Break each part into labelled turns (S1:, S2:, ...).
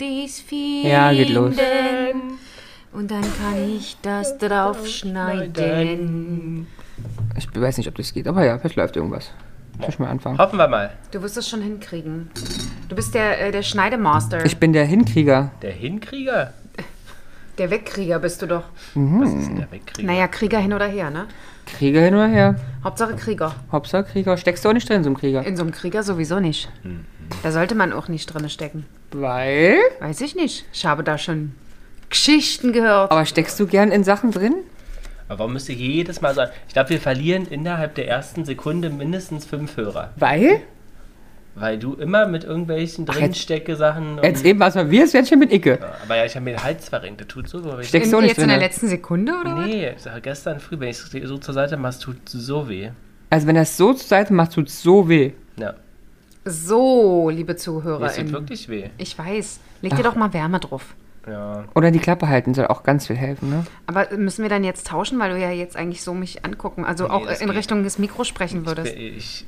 S1: dies finden.
S2: Ja, geht los.
S1: Und dann kann ich das draufschneiden.
S2: Ich weiß nicht, ob das geht, aber ja, vielleicht läuft irgendwas. Soll ich mal anfangen?
S3: Hoffen wir mal.
S1: Du wirst es schon hinkriegen. Du bist der, äh, der Schneidemaster.
S2: Ich bin der Hinkrieger.
S3: Der Hinkrieger?
S1: der Wegkrieger bist du doch.
S3: Was ist
S1: Hm.
S3: denn der Wegkrieger?
S1: Naja, Krieger hin oder her, ne?
S2: Krieger hin oder her.
S1: Hauptsache Krieger.
S2: Hauptsache Krieger. Steckst du auch nicht drin, so ein Krieger.
S1: In so einem Krieger sowieso nicht.
S2: Mhm.
S1: Da sollte man auch nicht drinne stecken.
S2: Weil?
S1: Weiß ich nicht. Ich habe da schon Geschichten gehört.
S2: Aber steckst du gern in Sachen drin?
S3: Aber warum müsst ihr jedes Mal sagen? Ich glaube, wir verlieren innerhalb der ersten Sekunde mindestens fünf Hörer.
S2: Weil?
S3: Weil du immer mit irgendwelchen Drinstecke-Sachen. und-
S2: Jetzt eben war es mal wir, jetzt werde ich mit Icke.
S3: Aber ja, ich habe mir den Hals verrenkt. Der tut so, aber ich.
S2: Steckst du auch
S1: In,
S2: nicht
S1: jetzt in
S2: drin? ne?
S1: der letzten Sekunde oder was?
S3: Nee, ich sag, gestern früh, wenn ich so zur Seite mache, es tut so weh.
S2: Also wenn das so zur Seite macht, tut so weh.
S3: Ja,
S1: So, liebe
S3: nee, es tut
S1: ZuhörerInnen.
S3: wirklich weh.
S1: Ich weiß. Leg dir doch mal Wärme drauf.
S3: Ja.
S2: Oder die Klappe halten soll auch ganz viel helfen, ne?
S1: Aber müssen wir dann jetzt tauschen, weil du ja jetzt eigentlich so mich angucken, also
S3: Nee,
S1: auch
S3: das
S1: in
S3: geht.
S1: Richtung des Mikro sprechen würdest?
S3: Ich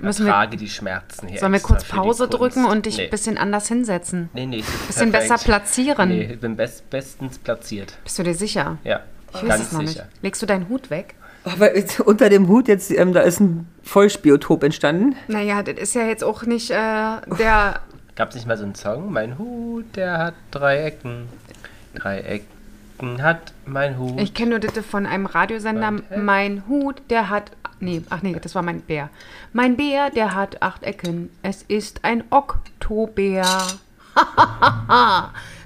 S1: Müssen wir-
S3: trage die Schmerzen hier.
S1: Sollen wir
S3: extra
S1: kurz
S3: für die
S1: Pause
S3: Kunst.
S1: drücken und dich
S3: nee.
S1: ein bisschen anders hinsetzen?
S3: Nee, nee, ich sitz
S1: Bisschen
S3: perfekt.
S1: besser platzieren.
S3: Nee, ich bin best, bestens platziert.
S1: Bist du dir sicher?
S3: Ja,
S1: Ich weiß
S3: ganz
S1: es noch
S3: sicher.
S1: nicht. Legst du deinen Hut weg?
S2: Aber jetzt unter dem Hut jetzt, ähm, da ist ein Feuchtbiotop entstanden.
S1: Naja, das ist ja jetzt auch nicht äh, der.
S3: Gab es nicht mal so einen Song? Mein Hut, der hat drei Ecken. Drei Ecken hat mein Hut.
S1: Ich kenne nur das von einem Radiosender. Mein Hut, der hat. Nee, ach nee, das war mein Bär. Mein Bär, der hat acht Ecken. Es ist ein Oktobär.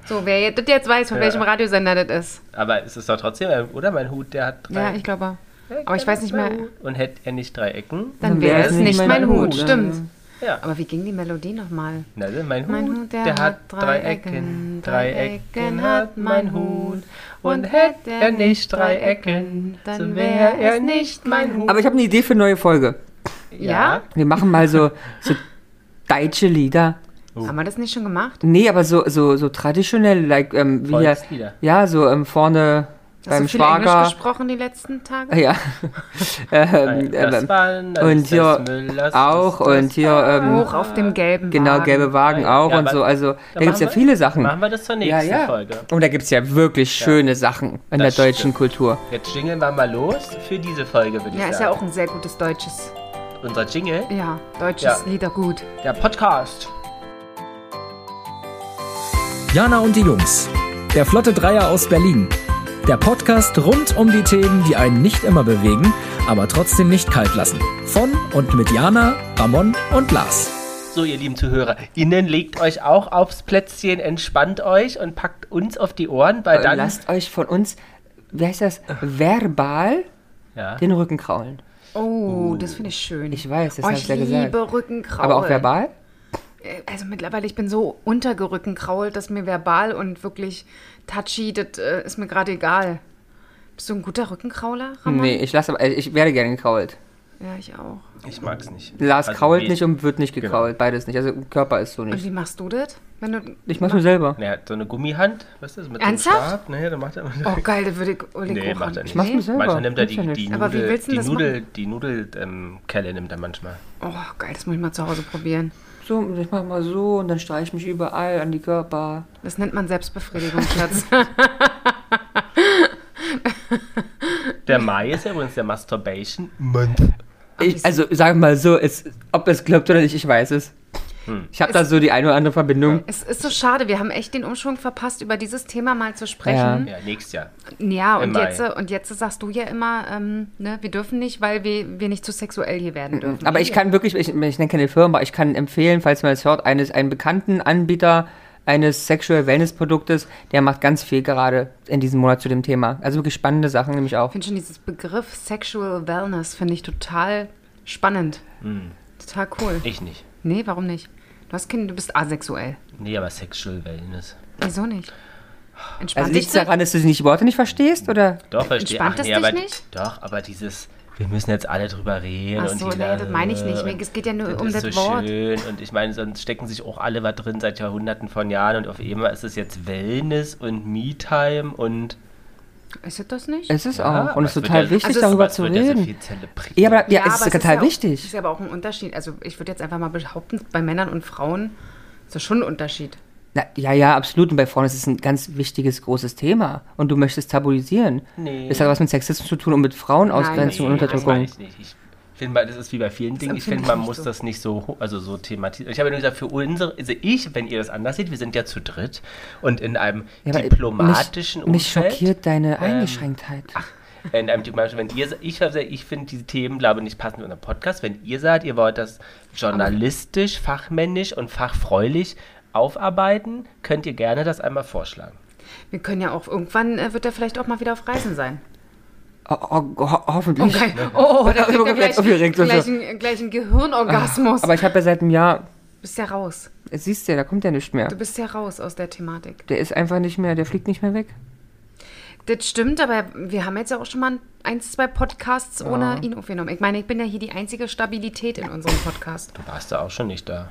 S1: so, wer jetzt- das jetzt weiß, von
S3: Ja.
S1: welchem Radiosender das ist.
S3: Aber es ist doch trotzdem, ein- oder? Mein Hut, der hat drei
S1: Ja, ich glaube. Aber ich weiß nicht
S3: Mein
S1: mehr.
S3: Hut. Und hätte er nicht drei Ecken?
S1: Dann wäre es nicht mein Hut. Stimmt.
S3: Ja.
S1: Aber wie ging die Melodie nochmal?
S3: Na, also mein Hut, der, hat drei Ecken. Drei Ecken hat mein Hut. Und hätte er nicht drei Ecken, so wäre er nicht mein Hut.
S2: Aber ich habe eine Idee für eine neue Folge.
S1: Ja?
S2: Wir machen mal so, so deutsche Lieder.
S1: Haben wir das nicht schon gemacht?
S2: Nee, aber so, so, so traditionell, like, ähm, wie hier,
S3: Volkslieder.
S2: ja, so ähm, vorne
S1: Hast
S2: beim Äh,
S1: du viel Englisch
S2: Schwager.
S1: gesprochen die letzten Tage?
S2: Ja. ähm,
S3: Das
S2: ähm,
S3: waren
S2: und hier
S3: Müllers,
S2: auch
S3: das-
S2: und hier ähm,
S1: Hoch auf dem gelben
S2: genau
S1: Wagen.
S2: gelbe Wagen
S3: Ja,
S2: auch und
S3: aber
S2: so. Also da
S3: machen
S2: gibt es ja
S3: wir-
S2: viele Sachen.
S3: Machen wir das zur
S2: Ja,
S3: nächsten
S2: ja.
S3: Folge.
S2: Und da gibt es ja wirklich schöne Sachen in der
S3: Das
S2: deutschen
S3: stimmt.
S2: Kultur.
S3: Jetzt jingeln wir mal los für diese Folge, würde ich
S1: Ja,
S3: sagen.
S1: ist ja auch ein sehr gutes deutsches,
S3: Unser Jingle,
S1: ja, deutsches
S3: Ja.
S1: Liedergut.
S3: der Podcast.
S4: Jana und die Jungs. Der Flotte Dreier aus Berlin. Der Podcast rund um die Themen, die einen nicht immer bewegen, aber trotzdem nicht kalt lassen. Von und mit Jana, Ramon und Lars.
S3: So, ihr lieben Zuhörer, innen legt euch auch aufs Plätzchen, entspannt euch und packt uns auf die Ohren,
S1: Äh,
S3: weil dann...
S2: Äh, Lasst euch von uns, wie heißt das, verbal
S3: ja.
S2: den Rücken kraulen.
S1: Oh, das finde ich schön.
S2: Ich weiß, das
S1: oh,
S2: hab
S1: ich
S2: ich ja gesagt.
S1: liebe Rückenkraul.
S2: Aber auch verbal?
S1: Also mittlerweile, ich bin so untergerückenkrault, dass mir verbal und wirklich touchy, das äh, ist mir gerade egal. Bist du ein guter Rückenkrauler, Ramon?
S2: Nee, ich lasse, aber- ich werde gerne gekrault.
S1: Ja, ich auch.
S3: Ich mag es nicht.
S2: Lars
S3: Also,
S2: krault
S3: nee.
S1: um-
S2: nicht und wird nicht gekrault, beides nicht. Also im Körper ist so
S1: Und
S2: nicht.
S1: wie machst du das? Wenn du
S2: Ich mach's mir selber.
S3: Er hat so eine Gummihand, weißt du, so mit
S1: Ernsthaft?
S3: so einem Stab. Nee, dann macht er
S1: Oh geil, da würde ich Oleg
S3: Nee,
S1: auch
S3: macht
S1: an-
S3: er nicht.
S2: Ich mach's mir
S1: Nee?
S2: selber.
S3: Manchmal nimmt er die,
S2: Kannst ja
S3: die
S2: nicht.
S1: Aber wie
S3: Nudel,
S1: willst du
S3: die
S1: das
S3: Nudel, die Nudelkelle ähm, Kelle nimmt er manchmal.
S1: Oh geil, das muss ich mal zu Hause probieren.
S2: So, ich mach mal so und dann streiche ich mich überall an die Körper.
S1: Das nennt man Selbstbefriedigung, Schatz.
S3: Der Mai ist ja übrigens der Masturbation.
S2: Ich, also sag mal so, es, ob es klappt oder nicht, ich weiß es.
S3: Hm.
S2: Ich habe da so die eine oder andere Verbindung.
S1: es ist so schade, wir haben echt den Umschwung verpasst, über dieses Thema mal zu sprechen.
S3: Ja, nächstes Jahr.
S1: Ja,
S3: Im
S1: und,
S3: Mai.
S1: jetzt, äh, und jetzt sagst du ja immer, ähm, ne, wir dürfen nicht, weil wir, wir nicht zu sexuell hier werden dürfen.
S2: Mhm. Aber ich kann wirklich, ich, ich nenne keine Firma, aber ich kann empfehlen, falls man es hört, eines, einen bekannten Anbieter eines Sexual Wellness Produktes, der macht ganz viel gerade in diesem Monat zu dem Thema. Also wirklich spannende Sachen nämlich auch.
S1: Ich finde schon dieses Begriff Sexual Wellness, finde ich total spannend.
S2: Mhm.
S1: Total cool.
S3: Ich nicht.
S1: Nee, warum nicht? Du hast Kinder, du bist asexuell.
S3: Nee, aber Sexual Wellness.
S1: Wieso nicht? Entspannt
S2: Also
S1: dich
S2: liegt
S1: zu-
S2: daran, dass du die Worte nicht verstehst oder?
S3: Doch, verstehe
S1: Entspannt es dich
S3: aber,
S1: nicht?
S3: Doch, aber dieses, wir müssen jetzt alle drüber reden.
S1: Ach
S3: und
S1: so,
S3: die
S1: nee, das meine ich nicht.
S3: und
S1: Es geht ja nur
S3: das
S1: um
S3: ist
S1: das
S3: so
S1: Wort.
S3: Schön. Und ich meine, sonst stecken sich auch alle was drin seit Jahrhunderten von Jahren und auf einmal ist es jetzt Wellness und Me-Time und
S1: Ist es das nicht?
S2: Es ist
S3: Ja,
S2: auch Oh, und
S3: aber
S2: es ist
S3: wird
S2: total
S3: ja-
S2: wichtig
S1: Also es-
S2: darüber
S3: aber es
S2: zu
S3: wird ja So
S2: reden.
S3: viel zelebriert.
S2: Ja, aber ja, es
S1: aber
S2: ist total
S1: ja auch,
S2: wichtig.
S1: Ist aber auch ein Unterschied. Also ich würde jetzt einfach mal behaupten, bei Männern und Frauen ist das schon ein Unterschied.
S2: Na, ja, ja, absolut. Und bei Frauen ist es ein ganz wichtiges, großes Thema. Und du möchtest tabuisieren.
S3: Nee.
S2: Das hat was mit Sexismus zu tun und mit Frauenausgrenzung und
S3: das meine
S2: Unterdrückung.
S3: ich nicht. Ich finde, mal, das ist wie bei vielen Dingen. Ich
S1: empfinde
S3: finde,
S1: ich
S3: man
S1: nicht
S3: muss
S1: so.
S3: das nicht so, ho- also so thematisieren. Ich habe ja nur gesagt, für unsere, also ich, wenn ihr das anders seht, wir sind ja zu dritt und in einem
S2: Ja, aber
S3: diplomatischen
S2: mich, mich
S3: Umfeld. Ähm,
S2: schockiert
S1: Ähm,
S2: deine Eingeschränktheit.
S3: in einem diplomatischen, wenn ihr, ich, hab gesagt, ich finde diese Themen, glaube ich, nicht passend in unserem Podcast. Wenn ihr sagt, ihr wollt das journalistisch, fachmännisch und fachfreulich aufarbeiten, könnt ihr gerne das einmal vorschlagen.
S1: Wir können ja auch, irgendwann äh, wird er vielleicht auch mal wieder auf Reisen sein.
S2: Oh, oh, ho hoffentlich.
S1: Okay. Oh, oh da kriegt er
S2: Jetzt
S1: gleich,
S2: aufgeregt und so.
S1: gleich, einen, gleich einen Gehirnorgasmus.
S2: Ah, Aber ich habe ja seit einem Jahr,
S1: du bist ja raus.
S2: siehst du ja, da kommt ja nichts mehr.
S1: Du bist ja raus aus der Thematik.
S2: Der ist einfach nicht mehr, der fliegt nicht mehr weg.
S1: Das stimmt, aber wir haben jetzt ja auch schon mal ein, zwei Podcasts ohne ihn aufgenommen. Ich meine, ich bin ja hier die einzige Stabilität in unserem Podcast.
S3: Du warst da auch schon nicht da.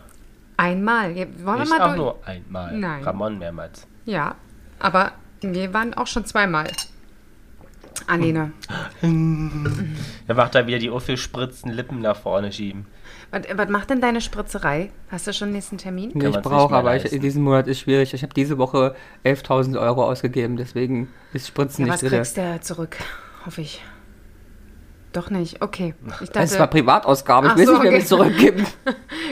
S1: Einmal. Wir- Wollen wir
S3: Ich
S1: mal
S3: auch
S1: durch?
S3: nur einmal.
S1: Nein.
S3: Ramon mehrmals.
S1: Ja, aber wir waren auch schon zweimal. Aline,
S3: Er macht da wieder die Uffelspritzen, Lippen nach vorne schieben.
S1: was was macht denn deine Spritzerei? Hast du schon den nächsten Termin?
S2: Nee, ich
S3: man's nicht
S2: brauche,
S3: mehr
S2: aber ich,
S3: leisten.
S2: diesen Monat ist schwierig. Ich habe diese Woche 11.000 Euro ausgegeben, deswegen ist Spritzen
S1: Ja, was
S2: nicht drin.
S1: kriegst du ja zurück? Hoffe ich. Doch nicht. Okay. Ich
S2: Es war
S1: dachte,
S2: Privatausgabe, ich
S1: Ach
S2: will
S1: so,
S2: nicht, wer
S1: okay.
S2: mir zurückgibt.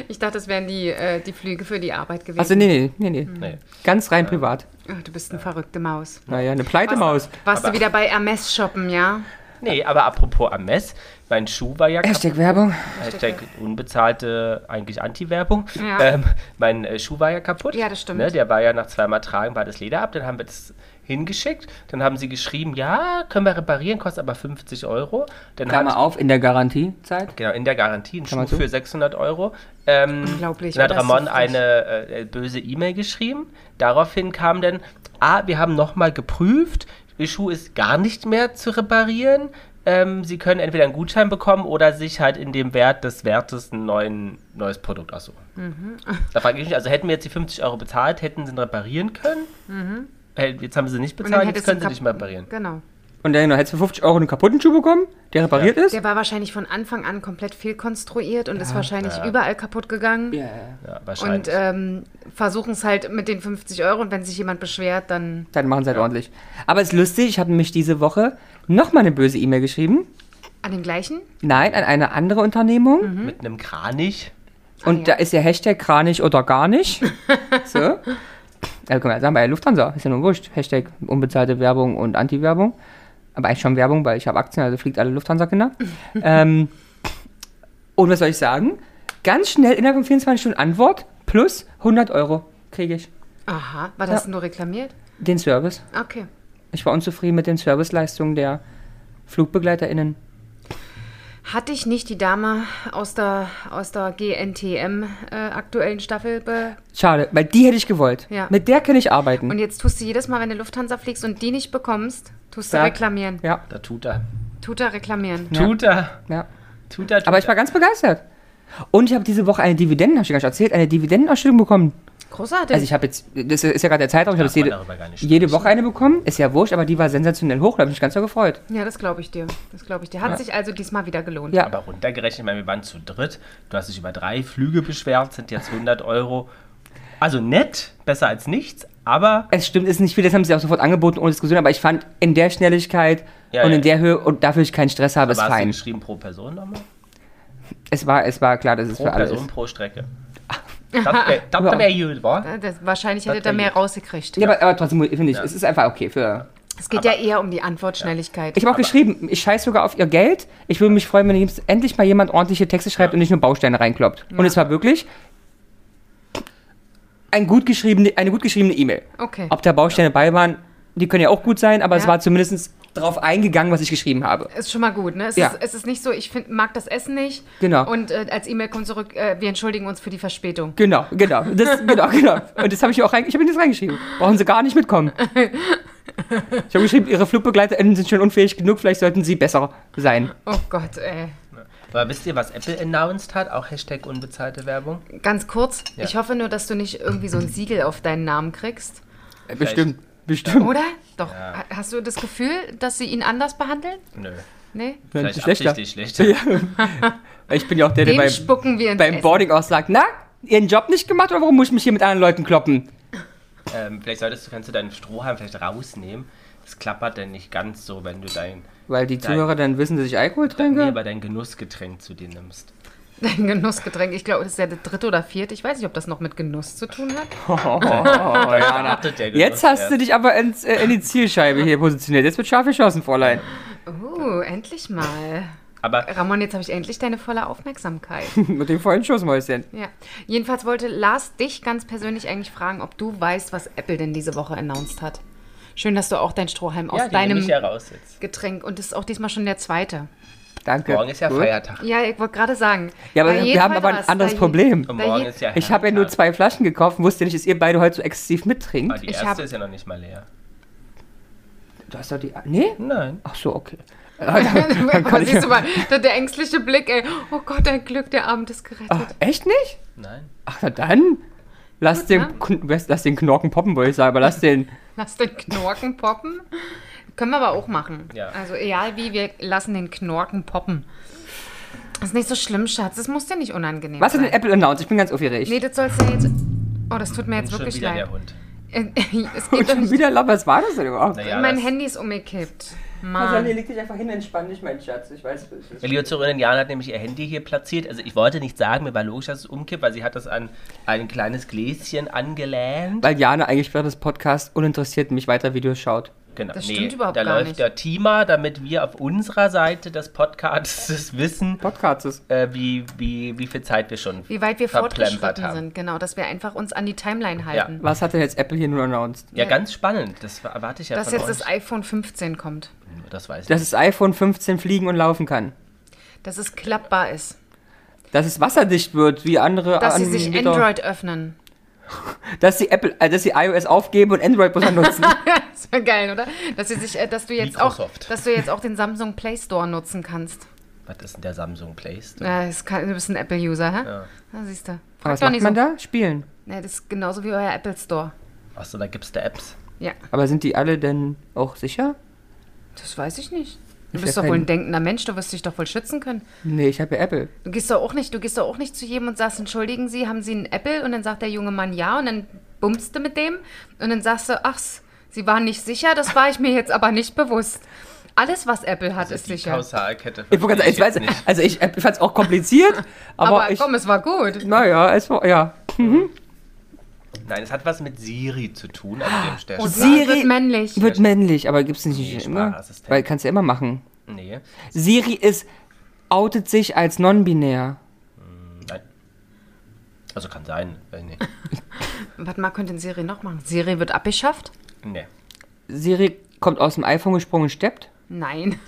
S1: ich dachte es wären die, äh, die Flüge für die Arbeit gewesen.
S2: Also nee, nee, nee, nee.
S3: Nee.
S2: Ganz rein privat.
S1: Ach, du bist eine verrückte Maus.
S2: Naja, eine Pleitemaus.
S1: Warst
S3: Aber-
S1: du wieder bei Hermes shoppen, ja?
S3: Nee, aber apropos Ames, mein Schuh war ja kaputt.
S2: Hashtag Werbung.
S3: Hashtag unbezahlte, eigentlich Anti-Werbung.
S1: Ja.
S3: Ähm, mein äh, Schuh war ja kaputt.
S1: Ja, das stimmt.
S3: Ne, der war ja nach zweimal Tragen, war das Leder ab. Dann haben wir das hingeschickt. Dann haben sie geschrieben, ja, können wir reparieren, kostet aber 50 Euro. Dann
S2: Klammer
S3: haben-
S2: auf, in der Garantiezeit.
S3: Genau, in der Garantie ein Schuh
S2: Klammer zu.
S3: für 600 Euro. Ähm,
S1: Unglaublich,
S3: Dann hat
S1: oder? Das ist
S3: Ramon
S1: so frech.
S3: eine äh, böse E-Mail geschrieben. Daraufhin kam dann, ah, wir haben nochmal geprüft, Ihr Schuh ist gar nicht mehr zu reparieren. Ähm, Sie können entweder einen Gutschein bekommen oder sich halt in dem Wert des Wertes ein neuen, neues Produkt aussuchen.
S2: Mhm.
S3: Da frage ich mich, also hätten wir jetzt die 50 Euro bezahlt, hätten sie ihn reparieren können?
S2: Mhm.
S3: Äh, Jetzt haben sie nicht bezahlt, jetzt
S1: hättest
S3: können
S1: du
S3: sie
S1: kap-
S3: nicht mehr reparieren.
S1: Genau.
S2: Und dann hättest du für 50 Euro einen kaputten Schuh bekommen, der repariert ist.
S1: Der war wahrscheinlich von Anfang an komplett fehlkonstruiert und ist wahrscheinlich überall kaputt gegangen.
S2: Ja, ja.
S3: Ja, wahrscheinlich.
S1: Und ähm, versuchen es halt mit den 50 Euro und wenn sich jemand beschwert, dann.
S2: Dann machen sie halt ordentlich. Aber es ist lustig, ich habe mich diese Woche nochmal eine böse E-Mail geschrieben.
S1: An den gleichen?
S2: Nein, an eine andere Unternehmung.
S3: Mit einem Kranich.
S2: Und
S1: ja.
S2: da ist ja Hashtag Kranich oder gar nicht. so. Ja, guck mal, sagen wir ja Lufthansa, ist ja nur wurscht. Hashtag unbezahlte Werbung und Anti-Werbung. Aber eigentlich schon Werbung, weil ich habe Aktien, also fliegt alle Lufthansa-Kinder. ähm, und was soll ich sagen? Ganz schnell, innerhalb von 24 Stunden Antwort plus 100 Euro kriege ich
S1: Aha, war
S2: Ja.
S1: das denn nur reklamiert?
S2: den Service.
S1: Okay.
S2: Ich war unzufrieden mit den Serviceleistungen der FlugbegleiterInnen.
S1: Hat dich nicht die Dame aus der, aus der GNTM äh, aktuellen Staffel be
S2: Schade, weil die hätte ich gewollt.
S1: Ja.
S2: Mit der kann ich arbeiten.
S1: Und jetzt tust du jedes Mal, wenn du Lufthansa fliegst und die nicht bekommst, tust du
S2: Sag-
S1: reklamieren.
S2: ja,
S3: Da tut er.
S1: Tut er reklamieren.
S3: Tut er.
S2: ja.
S3: Tut er, tut
S2: Aber ich war ganz begeistert. Und ich habe diese Woche eine Dividenden, habe ich dir gar nicht erzählt, eine Dividendenausschüttung bekommen.
S1: Großartig.
S2: Also ich habe jetzt, das ist ja gerade der Zeitraum, ich habe jetzt
S3: Darf man
S2: jede,
S3: darüber gar nicht
S2: jede Woche eine bekommen. Ist ja wurscht, aber die war sensationell hoch, da habe ich mich ganz sehr gefreut.
S1: ja, das glaube ich dir. Das glaube ich dir. Hat sich also diesmal wieder gelohnt.
S2: Ja.
S3: Aber runtergerechnet, ich meine, wir waren zu dritt. Du hast dich über drei Flüge beschwert, sind jetzt 100 Euro. Also nett, besser als nichts, aber
S2: Es stimmt, ist nicht viel, das haben sie auch sofort angeboten, ohne Diskussion, aber ich fand in der Schnelligkeit
S3: Ja,
S2: und
S3: ja.
S2: in der Höhe und dafür ich keinen Stress habe, ist
S3: war es
S2: fein.
S3: geschrieben pro Person nochmal?
S2: Es war, es war klar, dass es
S3: Pro
S2: für alle
S3: Person,
S2: ist.
S3: pro Strecke. Das wäre das wär gut, wa?
S1: Äh, Das, wahrscheinlich hätte
S3: Das
S1: er
S3: wär
S1: mehr
S3: gut.
S1: rausgekriegt.
S2: Ja, aber, aber trotzdem finde ich, es ist einfach okay für.
S1: es geht ja eher um die Antwortschnelligkeit.
S2: Ich habe auch geschrieben, ich scheiß sogar auf ihr Geld. Ich würde mich freuen, wenn jetzt endlich mal jemand ordentliche Texte schreibt und nicht nur Bausteine reinkloppt. Und es war wirklich ein gut geschriebene, eine gut geschriebene E-Mail.
S1: Okay.
S2: Ob da Bausteine bei waren, die können ja auch gut sein, aber es
S1: Ja.
S2: war zumindest drauf eingegangen, was ich geschrieben habe.
S1: Ist schon mal gut, ne? Es,
S2: Ja.
S1: ist, es ist nicht so, ich find, mag das Essen nicht.
S2: Genau.
S1: Und äh, als E-Mail kommt zurück, äh, wir entschuldigen uns für die Verspätung.
S2: Genau, genau, das, genau, genau. Und das habe ich auch rein, ich habe ihnen das reingeschrieben. Brauchen Sie gar nicht mitkommen. Ich habe geschrieben, Ihre FlugbegleiterInnen sind schon unfähig genug, vielleicht sollten Sie besser sein.
S1: Oh Gott, ey.
S3: Aber wisst ihr, was Apple announced hat? Auch Hashtag unbezahlte Werbung?
S1: Ganz kurz,
S3: Ja.
S1: ich hoffe nur, dass du nicht irgendwie so ein Siegel auf deinen Namen kriegst.
S2: Bestimmt, bestimmt.
S1: Oder? Doch. Ha- Hast du das Gefühl, dass sie ihn anders behandeln?
S3: Nö.
S1: Nee?
S2: Vielleicht
S3: Vielleicht
S2: schlechter.
S3: absichtlich schlechter. Ja.
S2: Ich bin ja auch der, der
S1: Dem
S2: bei,
S1: spucken wir ins
S2: beim
S1: Essen.
S2: Boarding auch sagt, na, ihren Job nicht gemacht oder warum muss ich mich hier mit anderen Leuten kloppen?
S3: Ähm, vielleicht solltest du, kannst du deinen Strohhalm vielleicht rausnehmen. Das klappert denn nicht ganz so, wenn du dein,
S2: Weil die
S3: Nein.
S2: Zuhörer dann wissen, dass ich Alkohol
S3: nee,
S2: trinke.
S3: aber dein Genussgetränk zu dir nimmst.
S1: Dein Genussgetränk, ich glaube, das ist ja das dritte oder vierte. Ich weiß nicht, ob das noch mit Genuss zu tun hat.
S2: Oh, Jana.
S3: Wartet der Genuss
S2: Jetzt hast du
S3: erst.
S2: dich aber ins, äh, in die Zielscheibe hier positioniert. Jetzt wird scharf geschossen, Fräulein.
S1: Oh, endlich mal.
S3: Aber
S1: Ramon, jetzt habe ich endlich deine volle Aufmerksamkeit.
S2: Mit dem vollen Schussmäuschen.
S1: Ja. Jedenfalls wollte Lars dich ganz persönlich eigentlich fragen, ob du weißt, was Apple denn diese Woche announced hat. Schön, dass du auch deinen Strohhalm
S3: ja,
S1: aus
S3: die nehme
S1: deinem
S3: ich ja raus jetzt.
S1: Getränk und das ist auch diesmal schon der zweite.
S2: Danke.
S3: Morgen ist ja
S2: Gut.
S3: Feiertag.
S1: Ja, ich wollte gerade sagen.
S2: Ja, aber
S1: Bei
S2: wir
S1: jedem
S2: haben aber ein
S1: Podcast,
S2: anderes
S1: bei je-
S2: Problem.
S3: Und
S1: bei
S3: morgen
S1: je-
S3: ist ja
S2: Ich habe ja nur
S3: Herrentag.
S2: zwei Flaschen gekauft, wusste nicht, dass ihr beide heute so exzessiv
S3: Aber
S2: mittrinkt.
S3: die
S1: Ich
S3: erste
S1: hab-
S3: ist ja noch nicht mal leer.
S2: Du hast doch die. Nee?
S3: Nein.
S2: Ach so, okay.
S1: Aber
S2: Kann ich-
S1: siehst du mal, der, der ängstliche Blick, ey. Oh Gott, ein Glück, der Abend ist gerettet.
S2: Ach, echt nicht?
S3: Nein.
S2: Ach, na dann.
S1: ne?
S2: Lass den, Kn- lass den Knorken poppen, wollte ich sagen, aber lass den.
S1: Lass den Knorken poppen. Können wir aber auch machen.
S3: Ja.
S1: Also egal wie, wir lassen den Knorken poppen. Ist nicht so schlimm, Schatz. Es muss dir nicht unangenehm
S2: Was ist
S1: sein.
S2: denn Apple Announce? Ich bin ganz aufgeregt.
S1: ne? Nee, das sollst du ja jetzt. Oh, das tut mir jetzt
S3: Und schon
S1: wirklich
S3: wieder der
S1: leid. Äh,
S3: Hund.
S1: Es
S2: Und
S1: geht doch
S2: schon
S1: nicht.
S2: wieder laut. Was war das denn überhaupt?
S3: Naja,
S1: mein
S3: das-
S1: Handy ist umgekippt.
S2: Rosalie,
S1: Mann.
S2: leg dich einfach hin, entspann dich, mein Schatz. Ich weiß, es ist-
S3: Elio Zurinen Jan hat nämlich ihr Handy hier platziert. Also ich wollte nicht sagen, mir war logisch, dass es umkippt, weil sie hat das an ein kleines Gläschen angelehnt.
S2: Weil Jana eigentlich während des Podcasts uninteressiert mich weiter Videos schaut.
S3: Genau.
S1: Das stimmt überhaupt
S3: da
S1: gar
S3: läuft
S1: nicht.
S3: der Thema, damit wir auf unserer Seite des Podcasts wissen,
S2: Podcasts ist.
S3: äh, wie, wie, wie viel Zeit wir schon
S1: Wie weit wir
S3: verplempert
S1: fortgeschritten sind, genau, dass wir einfach uns an die Timeline halten.
S2: Was hat denn jetzt Apple hier nun announced?
S3: Ja, ganz spannend. Das erwarte ich ja
S1: Dass
S3: von
S1: jetzt
S3: euch.
S1: das iPhone 15 kommt.
S3: das weiß
S2: Dass das iPhone 15 fliegen und laufen kann.
S1: Dass es klappbar ist.
S2: Dass es wasserdicht wird, wie andere
S1: Dass sie sich
S2: Anbieter.
S1: Android öffnen.
S2: Dass sie Apple, äh, dass sie iOS aufgeben und Android bloß nutzen.
S1: Das wäre geil, oder? Dass, sie sich, äh, dass, du jetzt auch,
S3: Microsoft.
S1: dass du jetzt auch den Samsung Play Store nutzen kannst.
S3: ich. Was ist denn der Samsung Play Store?
S1: Ja, das kann, du bist ein Apple-User, hä? Ah, Ja. siehst du.
S2: Aber was macht man da? Spielen.
S1: Ja, das ist genauso wie euer Apple Store.
S3: Achso, da gibt's da Apps.
S1: Ja,
S2: Aber sind die alle denn auch sicher?
S1: das weiß ich nicht. Du
S2: Ist
S1: bist
S2: ja
S1: doch wohl
S2: kein-
S1: ein denkender Mensch, du wirst dich doch wohl schützen können.
S2: Nee, ich habe ja Apple.
S1: Du gehst doch auch nicht, du gehst doch auch nicht zu jedem und sagst, entschuldigen Sie, haben Sie einen Apple? Und dann sagt der junge Mann ja und dann bummst du mit dem und dann sagst du, ach, Sie waren nicht sicher, das war ich mir jetzt aber nicht bewusst. Alles, was Apple hat, ist
S3: Also die
S1: sicher.
S3: Kausalkette.
S2: Ich, wollte gerade sagen, ich weiß,
S3: jetzt nicht.
S2: also ich, ich fand's auch kompliziert, aber,
S1: Aber
S2: ich,
S1: komm, es war gut.
S2: naja, es war, ja.
S3: Nein, es hat was mit Siri zu tun. Also dem Stern-
S1: Oh,
S2: Ah, Siri-
S1: Siri wird männlich.
S2: Wird männlich, aber gibt's nicht,
S3: Nee,
S2: immer?
S3: Sprachassistent.
S2: Weil kannst du ja immer machen.
S3: Nee,
S2: Siri ist, outet sich als non-binär.
S3: nein. Also kann sein. Weiß nicht.
S1: Warte mal, könnte Siri noch machen? Siri wird abgeschafft?
S3: Nee.
S2: Siri kommt aus dem iPhone gesprungen und steppt.
S1: Nein.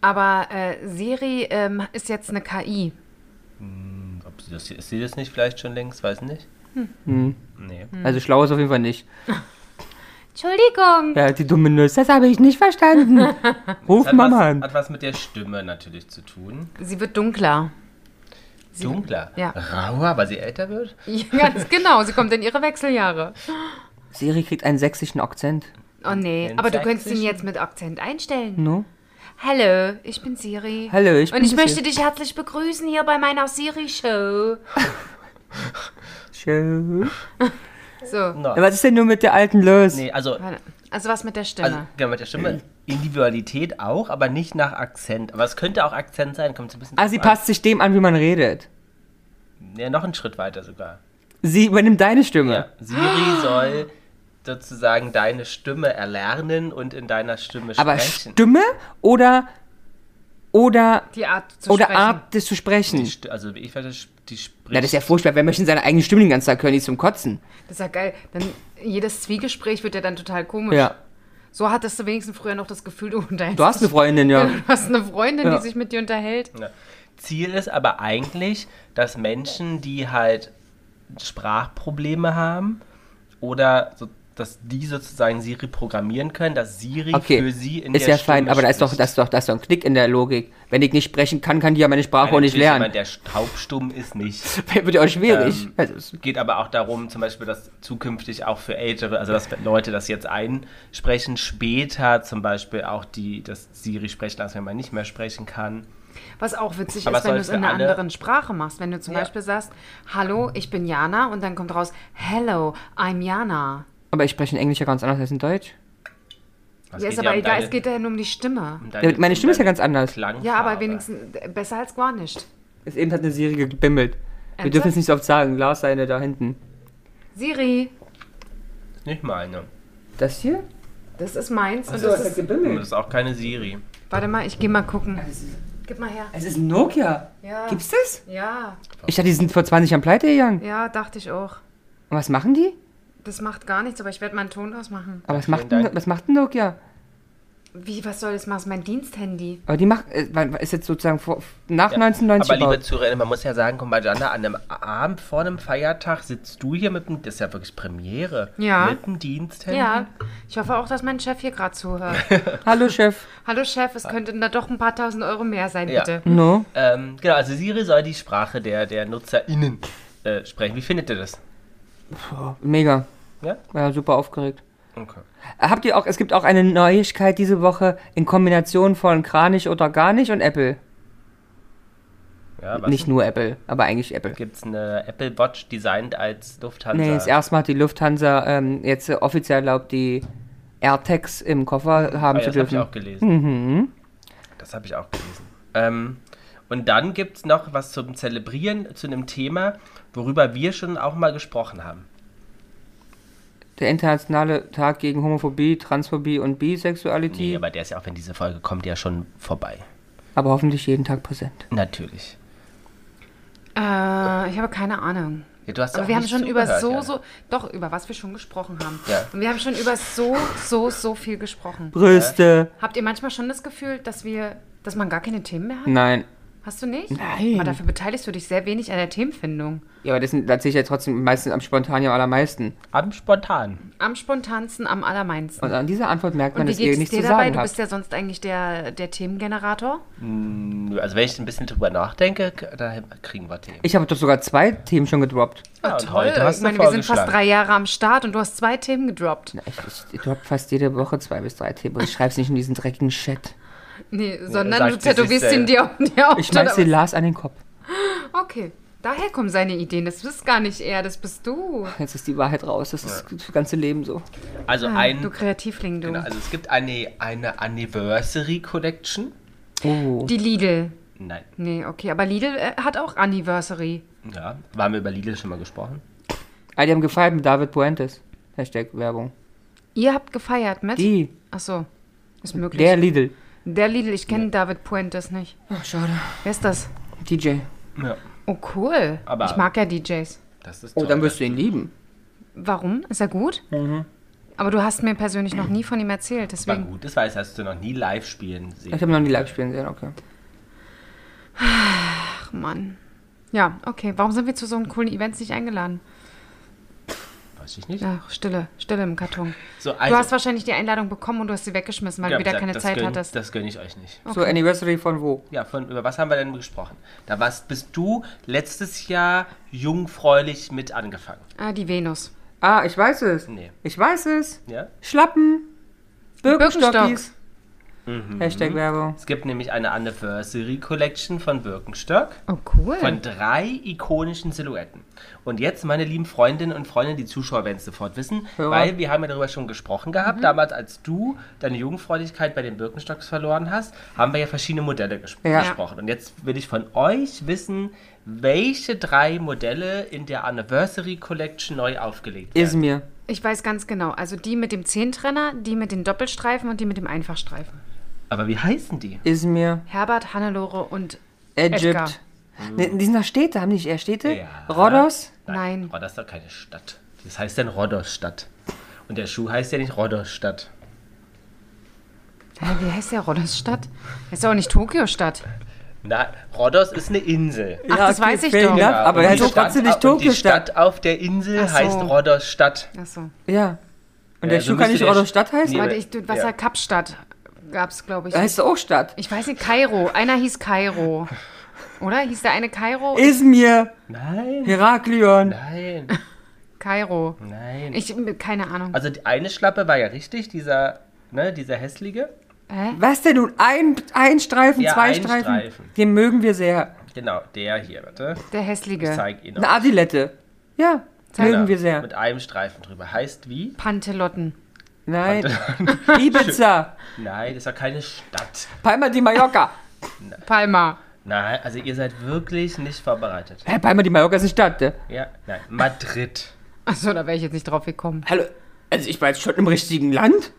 S1: Aber äh, Siri ähm, ist jetzt eine KI.
S3: Ob sie das, ist sie das nicht vielleicht schon längst? Weiß nicht. Hm. Nee.
S2: Also schlau ist auf jeden Fall nicht.
S1: Entschuldigung.
S2: Ja, die dumme Nuss, das habe ich nicht verstanden. Ruf
S3: Hat
S2: Mama
S3: was,
S2: an.
S3: hat was mit der Stimme natürlich zu tun.
S1: Sie wird dunkler.
S3: Dunkler.
S1: Ja.
S3: Rauer, weil sie älter wird.
S1: Ja, ganz genau, sie kommt in ihre Wechseljahre.
S2: Siri kriegt einen sächsischen Akzent.
S1: Oh nee,
S3: Den
S1: aber du könntest ihn
S3: sächsischen?
S1: jetzt mit Akzent einstellen.
S2: No?
S1: Hallo, ich bin Siri.
S2: Hallo, ich
S1: Und
S2: bin
S1: ich möchte
S2: Siri.
S1: dich herzlich begrüßen hier bei meiner Siri-Show.
S2: Schön.
S1: So,
S2: Ja, Was ist denn nur mit der alten los?
S3: Nee, also,
S1: warte. also was mit der
S3: also
S1: Stimme?
S3: genau, mit der Stimme. Individualität auch, aber nicht nach Akzent. Aber es könnte auch Akzent sein. Kommt so ein bisschen
S2: Ah, sie
S3: drauf an.
S2: passt sich dem an, wie man redet.
S3: Ja, noch einen Schritt weiter sogar.
S2: Sie übernimmt deine Stimme.
S3: Ja. Siri soll sozusagen deine Stimme erlernen und in deiner Stimme
S2: Aber
S3: sprechen.
S2: Stimme oder oder
S1: die Art zu
S2: oder
S1: sprechen.
S2: Art, das zu sprechen.
S3: Die Sti- also wie ich werde die spricht.
S2: Na, das ist ja furchtbar. Wer möchte seine eigene Stimme den ganzen Tag hören? Die ist zum Kotzen.
S1: Das ist ja geil. Dann jedes Zwiegespräch wird ja dann total komisch.
S2: Ja.
S1: So hattest du wenigstens früher noch das Gefühl, du unterhältst
S2: Du hast eine Freundin, ja.
S1: Du hast eine Freundin,
S2: Ja.
S1: die sich mit dir unterhält.
S3: Ja. Ziel ist aber eigentlich, dass Menschen, die halt Sprachprobleme haben oder so, dass die sozusagen Siri programmieren können, dass Siri
S2: Okay.
S3: für sie in
S2: ist ja
S3: der
S2: fein,
S3: Stimme
S2: aber da ist doch,
S3: spricht.
S2: da ist doch, da ist doch ein Knick in der Logik. Wenn ich nicht sprechen kann, kann die ja meine Sprache
S3: Nein,
S2: auch nicht
S3: natürlich
S2: lernen.
S3: Jemand, der taubstumm ist, nicht.
S2: Wird ja auch schwierig.
S3: Ähm,
S2: also, es-
S3: Geht aber auch darum, zum Beispiel, dass zukünftig auch für ältere, also dass Leute das jetzt einsprechen, später zum Beispiel auch die, dass Siri sprechen, als wenn man nicht mehr sprechen kann.
S1: Was auch witzig
S3: Aber
S1: ist, wenn du
S3: soll's
S1: es in
S3: für
S1: einer
S3: alle-
S1: anderen Sprache machst. Wenn du zum
S3: Ja.
S1: Beispiel sagst, hallo, ich bin Jana und dann kommt raus, hello, I'm Jana.
S2: Aber ich spreche in Englisch ja ganz anders als in Deutsch.
S3: Was
S1: Ja,
S3: geht
S1: ist
S3: ja
S1: aber
S3: um
S1: egal,
S3: deine-
S1: es geht ja nur um die Stimme.
S3: um
S2: Ja,
S3: deine-
S2: meine
S3: um
S2: Stimme ist ja
S3: deine
S2: ganz anders.
S3: Klangfarbe.
S1: Ja, aber wenigstens äh, besser als gar nicht.
S2: Ist eben hat eine Serie gebimmelt. Wir
S1: Ernsthaft?
S2: dürfen es nicht so oft sagen. Lars seine da hinten.
S1: Siri,
S3: Nicht meine.
S2: Das hier?
S1: das ist meins. Und das ist,
S3: Und
S2: gebimmelt.
S3: das ist auch keine Siri.
S1: warte mal, ich geh mal gucken. Gib mal her.
S2: Es ist ein Nokia.
S1: Ja.
S2: Gibt's das?
S1: Ja,
S2: Ich dachte, die sind vor 20 Jahren pleite gegangen.
S1: ja, dachte ich auch.
S2: Und was machen die?
S1: Das macht gar nichts, aber ich werde meinen Ton ausmachen.
S2: Aber was
S3: vielen
S2: macht, denn,
S3: Dank.
S2: was macht denn Nokia?
S1: Wie, was soll das machen? Das ist mein Diensthandy.
S2: Aber die macht, äh, wann- ist jetzt sozusagen vor, nach
S3: Ja,
S2: 1990
S3: Aber liebe
S2: gebaut.
S3: Zuhörer, man muss ja sagen, Kumbajanda, an einem Abend vor einem Feiertag sitzt du hier mit dem, das ist ja wirklich Premiere,
S1: Ja.
S3: mit dem Diensthandy.
S1: Ja, ich hoffe auch, dass mein Chef hier gerade zuhört.
S2: Hallo Chef.
S1: Hallo Chef, es könnten da doch ein paar tausend Euro mehr sein,
S3: Ja.
S1: bitte.
S2: No.
S3: Ähm, genau, also Siri soll die Sprache der, der NutzerInnen äh, sprechen. Wie findet ihr das?
S2: Mega.
S3: Ja?
S2: Ja, super aufgeregt.
S3: Okay.
S2: Habt ihr auch, es gibt auch eine Neuigkeit diese Woche in Kombination von Kranich oder Garnisch und Apple.
S3: Ja, was?
S2: Nicht nur Apple, aber eigentlich Apple.
S3: Gibt es eine Apple Watch designed als Lufthansa?
S2: Nee, das erste Mal hat die Lufthansa ähm, jetzt äh, offiziell erlaubt, die AirTags im Koffer haben
S3: Ah,
S2: zu
S3: ja, das habe ich
S2: dürfen.
S3: auch gelesen.
S1: Mhm.
S3: Das habe ich auch gelesen. Ähm, und dann gibt es noch was zum Zelebrieren zu einem Thema, worüber wir schon auch mal gesprochen haben.
S2: Der internationale Tag gegen Homophobie, Transphobie und Bisexualität.
S1: Mhm.
S3: Nee,
S2: aber,
S3: aber der ist ja auch, wenn diese Folge kommt, ja schon vorbei.
S2: hoffentlich jeden Tag präsent.
S3: Natürlich.
S1: Äh, ich habe keine Ahnung.
S3: Ja, du hast ja
S1: Aber
S3: auch
S1: wir haben
S3: nicht
S1: schon über
S3: zugehört,
S1: so,
S3: Jana.
S1: so, doch, über was wir schon gesprochen haben.
S3: Ja.
S1: Und wir haben schon über so, so, so viel gesprochen.
S2: Brüste.
S1: Habt ihr manchmal schon das Gefühl, dass wir, dass man gar keine Themen mehr hat?
S2: Nein.
S1: Hast du nicht?
S2: Hm. Nein.
S1: Aber dafür beteiligst du dich sehr wenig an der Themenfindung.
S2: Ja, aber das sind- da ziehe ich ja trotzdem meistens am spontanen am allermeisten.
S3: Am spontan.
S1: Am spontansten, am allermeinsten.
S2: Und an dieser Antwort merkt man,
S1: Und wie
S2: dass ihr
S1: geht es
S2: nichts
S1: dir
S2: zu
S1: dabei?
S2: sagen
S1: Du bist
S2: habt.
S1: ja sonst eigentlich der, der Themengenerator.
S3: Nö, Also wenn ich ein bisschen drüber nachdenke, k- da kriegen wir Themen.
S2: Ich habe doch sogar zwei Themen schon gedroppt.
S3: Ja, und
S1: Ah, ich meine, wir sind fast drei Jahre am Start und du hast zwei Themen gedroppt.
S2: Ich, ich droppe fast jede Woche zwei bis drei Themen. Und ich schreibe es nicht in diesen dreckigen Chat.
S1: Nee, sondern
S3: sagt
S1: du
S3: sie sich
S1: tätowierst ihn
S3: selber.
S1: dir auf die Haut.
S2: Ich schmeiß dir
S1: oder
S2: Lars an den Kopf.
S1: was? Okay, daher kommen seine Ideen. Das ist gar nicht er, das bist du.
S2: Jetzt ist die Wahrheit raus. Das ist das ganze Leben so.
S3: Also
S1: Ah, Äh, du
S3: ein...
S1: Kreativling, du.
S3: Genau, also es gibt eine, eine Anniversary Collection.
S2: Oh.
S1: Die Lidl.
S3: Nein.
S1: Nee, okay, aber Lidl äh, hat auch Anniversary.
S3: Ja, haben wir über Lidl schon mal gesprochen?
S2: Ah, die haben gefeiert mit David Puentes. Hashtag Werbung.
S1: Ihr habt gefeiert mit?
S2: Die,
S1: Ach so, ist möglich.
S2: der Lidl.
S1: Der Lidl, ich kenne David Puentes nicht.
S2: Ach, Oh, schade.
S1: Wer ist das?
S2: DJ.
S3: Ja.
S1: Oh, cool.
S3: Aber-
S1: ich mag ja DJs.
S3: Das ist
S2: Oh,
S3: toll.
S2: dann wirst du ihn lieben.
S1: Warum? Ist er gut? Aber du hast mir persönlich noch nie von ihm erzählt,
S3: Mhm. War
S1: deswegen.
S3: gut, das weiß, hast du noch nie live spielen
S2: Ich
S3: sehen.
S2: habe noch nie live spielen sehen, okay.
S1: Ach Mann. Ja, okay. Warum sind wir zu so einem coolen Events nicht eingeladen?
S3: Weiß ich nicht.
S1: Ach, Stille, Stille im Karton.
S3: So,
S1: du hast wahrscheinlich die Einladung bekommen und du hast sie weggeschmissen, weil
S3: Also Ja,
S1: du wieder
S3: das-
S1: keine
S3: das
S1: Zeit
S3: gönn,
S1: hattest.
S3: Das gönne ich euch nicht.
S2: So, Anniversary von wo?
S3: Ja, von, über was haben wir denn gesprochen? Da warst, bist du letztes Jahr jungfräulich mit angefangen.
S1: Ah, die Venus.
S2: Ah, ich weiß es.
S3: Nee.
S2: Ich weiß es.
S3: Ja?
S2: Schlappen. Birkenstockis.
S1: Birkenstock.
S2: Hashtag Werbung.
S3: Es gibt nämlich eine Anniversary Collection von Birkenstock
S1: Oh, cool.
S3: von drei ikonischen Silhouetten. Und jetzt, meine lieben Freundinnen und Freunde, die Zuschauer werden es sofort wissen,
S2: Ja. Mhm.
S3: weil wir haben ja darüber schon gesprochen gehabt. Damals, als du deine Jugendfreudigkeit bei den Birkenstocks verloren hast, haben wir ja verschiedene Modelle ges
S2: Ja.
S3: gesprochen. Und jetzt will ich von euch wissen, welche drei Modelle in der Anniversary Collection neu aufgelegt werden.
S2: Ist mir.
S1: ich weiß ganz genau. Also die mit dem Zehntrenner, die mit den Doppelstreifen und die mit dem Einfachstreifen.
S3: Aber wie heißen die?
S2: Ist mir.
S1: Herbert, Hannelore und Edgar.
S2: Egypt. Ne, die sind doch Städte, haben die nicht eher Städte?
S3: Ja.
S2: Rhodos?
S1: Nein.
S3: Rhodos ist doch keine Stadt. Das heißt denn Rhodos-Stadt. Und der Schuh heißt ja nicht Rhodos-Stadt.
S1: Hä, wie heißt der Rodosstadt? Ist ja auch nicht Tokio-Stadt.
S3: Na, Rhodos ist eine Insel.
S1: Ach, das weiß ich
S2: fair
S1: doch.
S2: enough,
S1: Ja,
S2: aber
S3: und
S2: er heißt
S3: die
S2: doch
S3: Stadt-
S2: trotzdem nicht
S3: und Die
S2: Tokio-Stadt.
S3: Stadt auf der Insel
S1: Ach so.
S3: heißt Rhodos Stadt.
S1: Achso.
S2: Ja. Und der
S3: Ja, so
S2: Schuh kann
S3: müsste
S2: nicht
S3: der
S2: auch noch
S3: Sch-
S2: Stadt heißen?
S3: Nee.
S1: Warte, ich, du- was
S3: Ja.
S1: ja. Kapstadt gab es, glaube ich.
S2: Da heißt er auch Stadt.
S1: Ich weiß nicht, Kairo. Einer hieß Kairo. Oder? Hieß der eine Kairo?
S2: Izmir.
S3: Nein,
S2: Heraklion.
S3: nein,
S1: Kairo.
S3: nein.
S1: Ich, keine Ahnung.
S3: also die eine Schlappe war ja richtig, dieser, ne, dieser hässliche.
S1: Hä?
S2: Was denn nun? Ein, ein Streifen,
S3: Ja,
S2: zwei
S3: ein
S2: Streifen.
S3: Streifen.
S2: Den mögen wir sehr.
S3: Genau, der hier, warte.
S1: Der
S3: Ich
S1: hässliche
S3: zeig ihn
S2: Eine Adilette. Ja,
S1: Zeig
S2: mögen
S3: Genau,
S2: wir sehr.
S3: Mit einem Streifen drüber. Heißt wie?
S1: Pantelotten.
S2: Nein. Ibiza.
S3: Nein, das ist ja keine Stadt.
S2: Palma di Mallorca.
S1: Palma.
S3: Nein, also ihr seid wirklich nicht vorbereitet.
S2: Hä, Palma di Mallorca ist eine Stadt. Ne?
S3: Ja, nein, Madrid.
S1: Achso, Also, da wäre ich jetzt nicht drauf gekommen.
S2: Hallo. Also ich war jetzt schon im richtigen Land.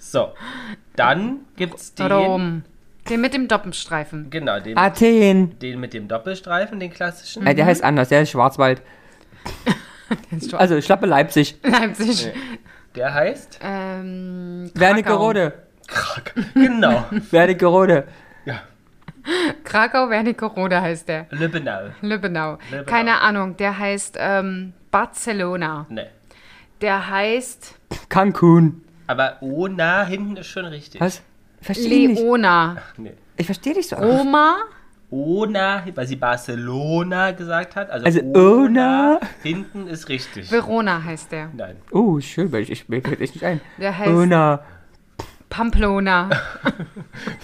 S3: So, dann gibt's den.
S1: Rom. Den mit dem Doppelstreifen.
S3: Genau, den,
S2: Athen.
S3: den mit dem Doppelstreifen, den klassischen.
S2: Äh, der heißt anders. Der ist Schwarzwald. Also Schlappe Leipzig.
S1: Leipzig.
S3: Der heißt
S1: Ähm, Krakau.
S2: Wernigerode.
S3: Krak. Genau.
S2: Wernigerode.
S1: Krakau, Wernigerode heißt der.
S3: Lübbenau.
S1: Lübbenau.
S3: Lübbenau.
S1: Keine Ahnung. Der heißt ähm, Barcelona.
S3: Ne.
S1: Der heißt
S2: Cancun.
S3: Aber Ona hinten ist schon richtig.
S2: Was? Ich verstehe nicht.
S1: Leona.
S3: Nee.
S2: Ich verstehe dich so.
S1: Roma.
S3: Ona, weil sie Barcelona gesagt hat. Also,
S2: Also Ona.
S3: Hinten ist richtig.
S1: Verona heißt der.
S3: Nein.
S2: Oh, schön, weil ich, ich mir fällt echt nicht ein.
S1: Der heißt
S2: Ona,
S1: Pamplona.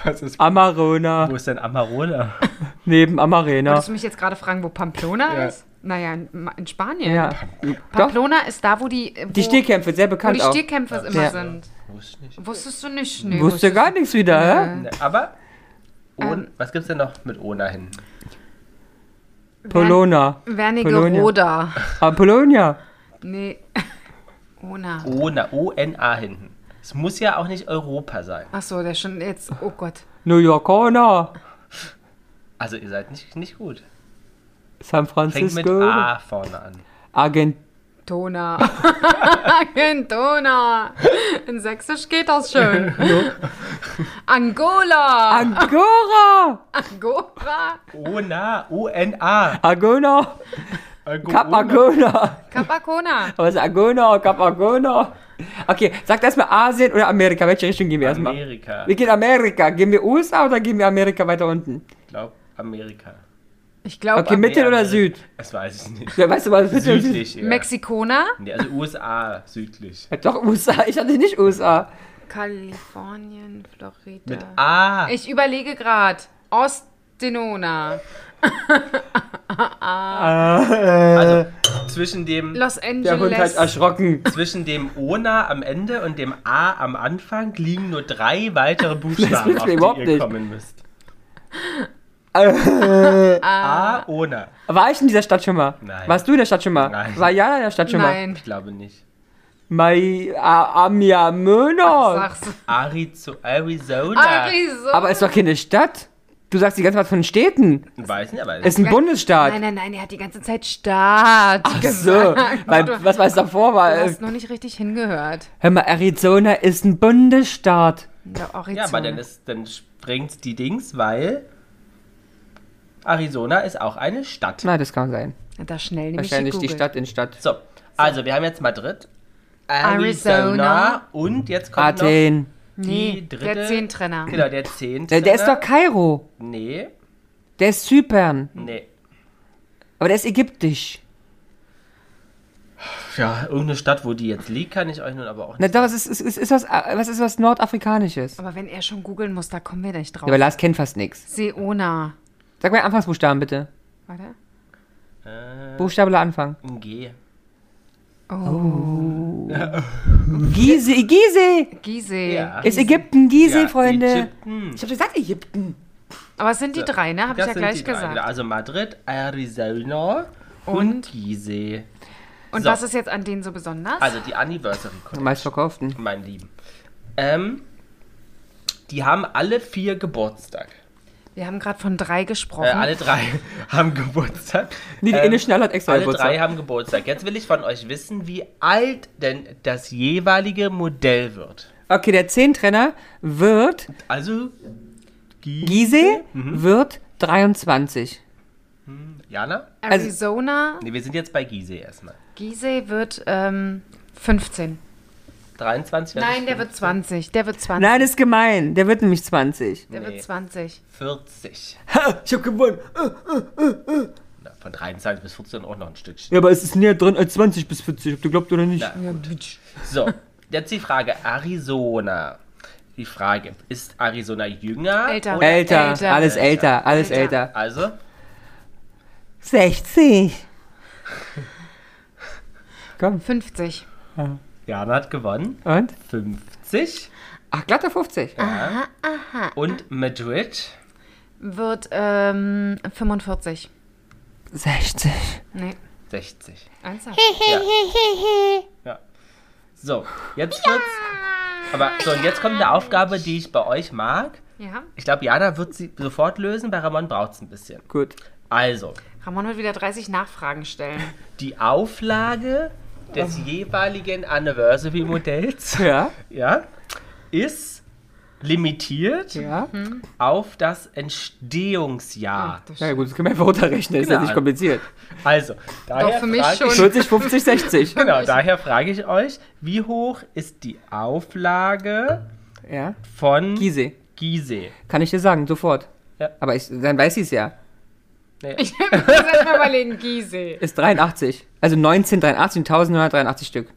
S3: Was ist,
S2: Amarona,
S3: wo ist denn Amarona?
S2: neben Amarena.
S1: Wolltest du mich jetzt gerade fragen, wo Pamplona
S3: Ja.
S1: ist? Naja, in, in Spanien.
S2: Ja. Doch,
S1: Pamplona ist da, wo die, wo,
S2: die Stierkämpfe, sehr
S1: wo
S2: bekannt
S1: Oh. die
S2: auch.
S1: Stierkämpfe immer
S2: Ja.
S1: sind.
S3: Wusste nicht.
S1: Wusstest du nicht? Nee,
S2: Wusste gar nichts wieder, hä?
S3: Ne, Aber. On, was gibt's denn noch mit Ona hinten?
S2: Polona,
S1: Wernigeroda.
S2: Ah, Apollonia.
S1: Nee. Ona.
S3: Ona, O-N-A hinten. Es muss ja auch nicht Europa sein.
S1: Achso, der schon jetzt. Oh Gott.
S2: New Yorkona,
S3: Also ihr seid nicht, nicht gut.
S2: San
S3: Fängt mit
S2: Francisco,
S3: A vorne an.
S2: Argent.
S1: Tona. Tona. In Sächsisch geht das schön. Angola.
S2: Angora,
S1: Angora.
S3: Ona, O-N-A.
S2: Agona, Cap Agona.
S1: Capacona.
S2: Was ist Agona, Cap Agona? Okay, sagt erstmal Asien oder Amerika. Welche Richtung gehen wir erstmal?
S3: Amerika.
S2: Wir gehen Amerika. Gehen wir USA oder gehen wir Amerika weiter unten?
S3: Ich glaube Amerika.
S1: Ich glaube,
S2: Okay, Mittel oder Süd?
S3: Das weiß ich nicht.
S2: Ja, weißt du was? Mittel-
S3: Südlich eher.
S1: Mexikona.
S3: Nee, also USA, südlich.
S2: Ja, doch, USA. Ich hatte nicht USA.
S1: Kalifornien, Florida.
S3: Mit A.
S1: Ich überlege gerade. Ostdenona.
S3: Also zwischen dem,
S1: Los Angeles.
S2: Der Hund hat erschrocken.
S3: zwischen dem Ona am Ende und dem A am Anfang liegen nur drei weitere Buchstaben,
S2: mich
S3: auf die
S2: überhaupt
S3: ihr
S2: nicht.
S3: kommen müsst.
S2: Äh,
S3: A, Ona.
S2: War ich in dieser Stadt schon mal?
S3: Nein.
S2: Warst du in der Stadt schon mal?
S3: Nein.
S2: War Jana in der Stadt schon
S1: Nein.
S3: Ich glaube nicht.
S2: mal? Mai A- Amia Möner.
S1: Sag's.
S3: Arizo Arizona.
S1: Arizona.
S2: Oh. Aber ist doch keine Stadt. Du sagst die ganze Zeit von Städten.
S3: Weiß nicht, aber
S2: Ist ein Bundesstaat.
S1: Nein, nein, nein, er hat die ganze Zeit Staat
S2: Ach so,
S1: gesagt.
S2: weil, was weiß davor war?
S1: Du
S2: äh,
S1: hast noch nicht richtig hingehört.
S2: Hör mal, Arizona ist ein Bundesstaat.
S1: In der
S3: Ja, aber
S1: Arizona.
S3: dann, ist, dann springt die Dings, weil Arizona ist auch eine Stadt.
S2: Na, das kann sein.
S1: da schnell nämlich
S2: Wahrscheinlich die
S1: gegoogelt.
S2: Stadt in Stadt.
S3: So, also wir haben jetzt Madrid, Arizona,
S1: Arizona.
S3: und jetzt kommt noch
S2: Athen.
S3: die
S1: Nee,
S3: dritte.
S1: der Zehntrenner.
S3: Genau, der
S2: Der,
S3: Zehntrenner.
S2: der ist doch Kairo.
S3: Nee,
S2: Der ist Zypern.
S3: nee.
S2: Aber der ist ägyptisch.
S3: Ja, irgendeine Stadt, wo die jetzt liegt, kann ich euch nun aber auch
S2: Na
S3: nicht.
S2: doch, was ist, ist, ist, ist was, äh, was ist was Nordafrikanisches? Ja,
S1: Aber wenn er schon googeln muss, da kommen wir nicht drauf.
S2: aber Lars kennt fast nichts.
S1: Seona.
S2: Sag mal den Anfangsbuchstaben bitte.
S1: Warte.
S2: Buchstabe oder Anfang.
S3: Ein G.
S2: Gizeh, Gizeh!
S1: Gizeh.
S3: Ja.
S2: Ist Ägypten Gizeh,
S3: Ja,
S2: Freunde?
S3: Ägypten.
S2: Ich hab gesagt Ägypten.
S1: Aber es sind die drei, ne? Hab ich
S3: Das
S1: ja
S3: sind die
S1: gleich
S3: drei.
S1: gesagt.
S3: Genau, Also Madrid, Arizona und, Gizeh.
S1: Und
S3: So.
S1: was ist jetzt an denen so besonders?
S3: Also die Anniversary Collection.
S2: Meist verkauften.
S3: mein Lieben. Ähm, die haben alle vier Geburtstag.
S1: wir haben gerade von drei gesprochen.
S3: Äh, alle drei haben Geburtstag.
S2: Nee, die
S3: Ähm,
S2: Inne Schnell hat extra
S3: alle drei
S2: Geburtstag.
S3: haben Geburtstag. Jetzt will ich von euch wissen, wie alt denn das jeweilige Modell wird.
S2: Okay, der Zehntrenner wird,
S3: Also, Gi
S2: Gizeh wird 23.
S3: Jana?
S2: also-
S1: Arizona.
S3: Ne, wir sind jetzt bei Gizeh erstmal.
S1: Gizeh wird ähm, 15.
S3: 23,
S1: Nein, der wird 20. Der wird 20.
S2: Nein, das ist gemein. Der wird nämlich 20.
S1: der
S3: nee.
S1: wird 20.
S3: 40.
S2: Ha, ich hab gewonnen.
S3: Na, Von 23 bis 14 auch noch ein Stückchen.
S2: Ja, aber es ist näher dran als 20 bis 40, ob du glaubt oder nicht.
S3: Na, gut. So, jetzt die Frage: Arizona. die Frage, ist Arizona jünger?
S1: Älter.
S3: oder-
S2: Älter,
S1: Älter.
S2: alles älter, alles
S1: Älter.
S2: älter.
S3: Also,
S2: 60. Komm,
S1: 50.
S3: Jana hat gewonnen.
S2: und?
S3: 50.
S2: Ach, glatter 50.
S3: Und Madrid
S1: Wird ähm, 45.
S2: 60.
S1: Nee,
S3: 60.
S1: ernsthaft.
S3: Ja. So, jetzt wird's. Aber so, und jetzt kommt eine Aufgabe, die ich bei euch mag.
S1: Ja.
S3: Ich glaube, Jana wird sie sofort lösen, bei Ramon braucht's ein bisschen.
S2: Gut.
S3: Also,
S1: Ramon wird wieder 30 Nachfragen stellen.
S3: die Auflage des jeweiligen Anniversary-Modells
S2: Ja,
S3: ja, ist limitiert
S2: ja.
S3: auf das Entstehungsjahr.
S2: Ja, gut, das können wir einfach runterrechnen, ist ja
S3: Genau.
S2: nicht kompliziert.
S3: Also, daher
S1: für mich
S3: frag
S1: schon.
S3: Ich,
S2: 40, 50, 60.
S3: genau, daher frage ich euch, wie hoch ist die Auflage
S2: Ja.
S3: von
S2: Gise.
S3: Gizeh?
S2: Kann ich dir sagen, sofort.
S3: Ja.
S2: Aber ich, dann weiß ich es ja.
S1: Ich muss erst mal überlegen, Giesel.
S2: Ist 83. Also 1983 und 1983 Stück.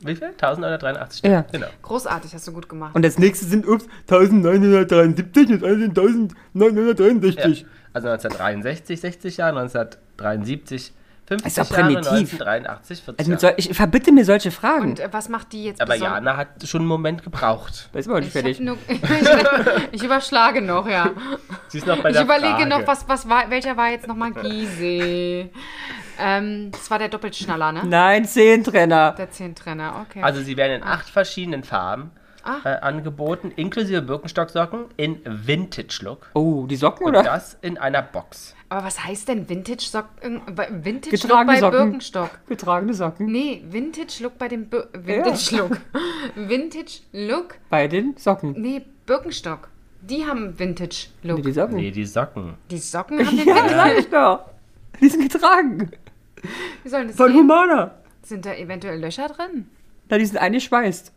S3: Wie viel? 1983
S2: Ja.
S3: Stück. Genau.
S1: Großartig, hast du gut gemacht.
S2: Und das nächste sind, ups, 1973 und 1963.
S3: Ja. Also 1963 60 Jahre, 1973 50
S2: Ist doch
S3: Jahre,
S2: Also primitiv.
S3: 1983 40
S2: Also mit
S3: Jahre.
S2: sol ich verbitte mir solche Fragen.
S1: Und äh, was macht die jetzt
S3: Aber
S1: beson-
S3: Jana hat schon einen Moment gebraucht.
S2: Weiß man auch nicht
S1: Ich, hab
S2: fertig.
S1: nur, ich, ich überschlage noch, ja.
S3: Sie ist noch bei
S1: Ich
S3: der
S1: überlege
S3: Frage.
S1: noch, was, was war, welcher war jetzt nochmal Giese? Ähm, das war der Doppelschnaller, ne?
S2: Nein, Zehntrenner.
S1: Der Zehntrenner, okay.
S3: Also sie werden in acht verschiedenen Farben
S1: Ah.
S3: äh, angeboten, inklusive Birkenstocksocken in Vintage-Look.
S2: Oh, die Socken
S3: Und
S2: oder?
S3: das in einer Box.
S1: Aber was heißt denn Vintage-Sock Vintage -Look
S2: Getragene
S1: bei
S2: Socken.
S1: Birkenstock?
S2: Getragene Socken.
S1: Nee, Vintage-Look bei dem Bir Vintage-Look. Vintage-Look,
S2: Bei den Socken.
S1: nee, Birkenstock. Die haben Vintage-Look.
S2: Nee, die Socken.
S3: Nee, die Socken.
S1: Die Socken haben den
S2: Ja,
S1: Vintage.
S2: sag ich doch. Die sind getragen.
S1: Wie soll das
S2: Von
S1: gehen?
S2: Humana.
S1: Sind da eventuell Löcher drin?
S2: Na, die sind eingeschweißt.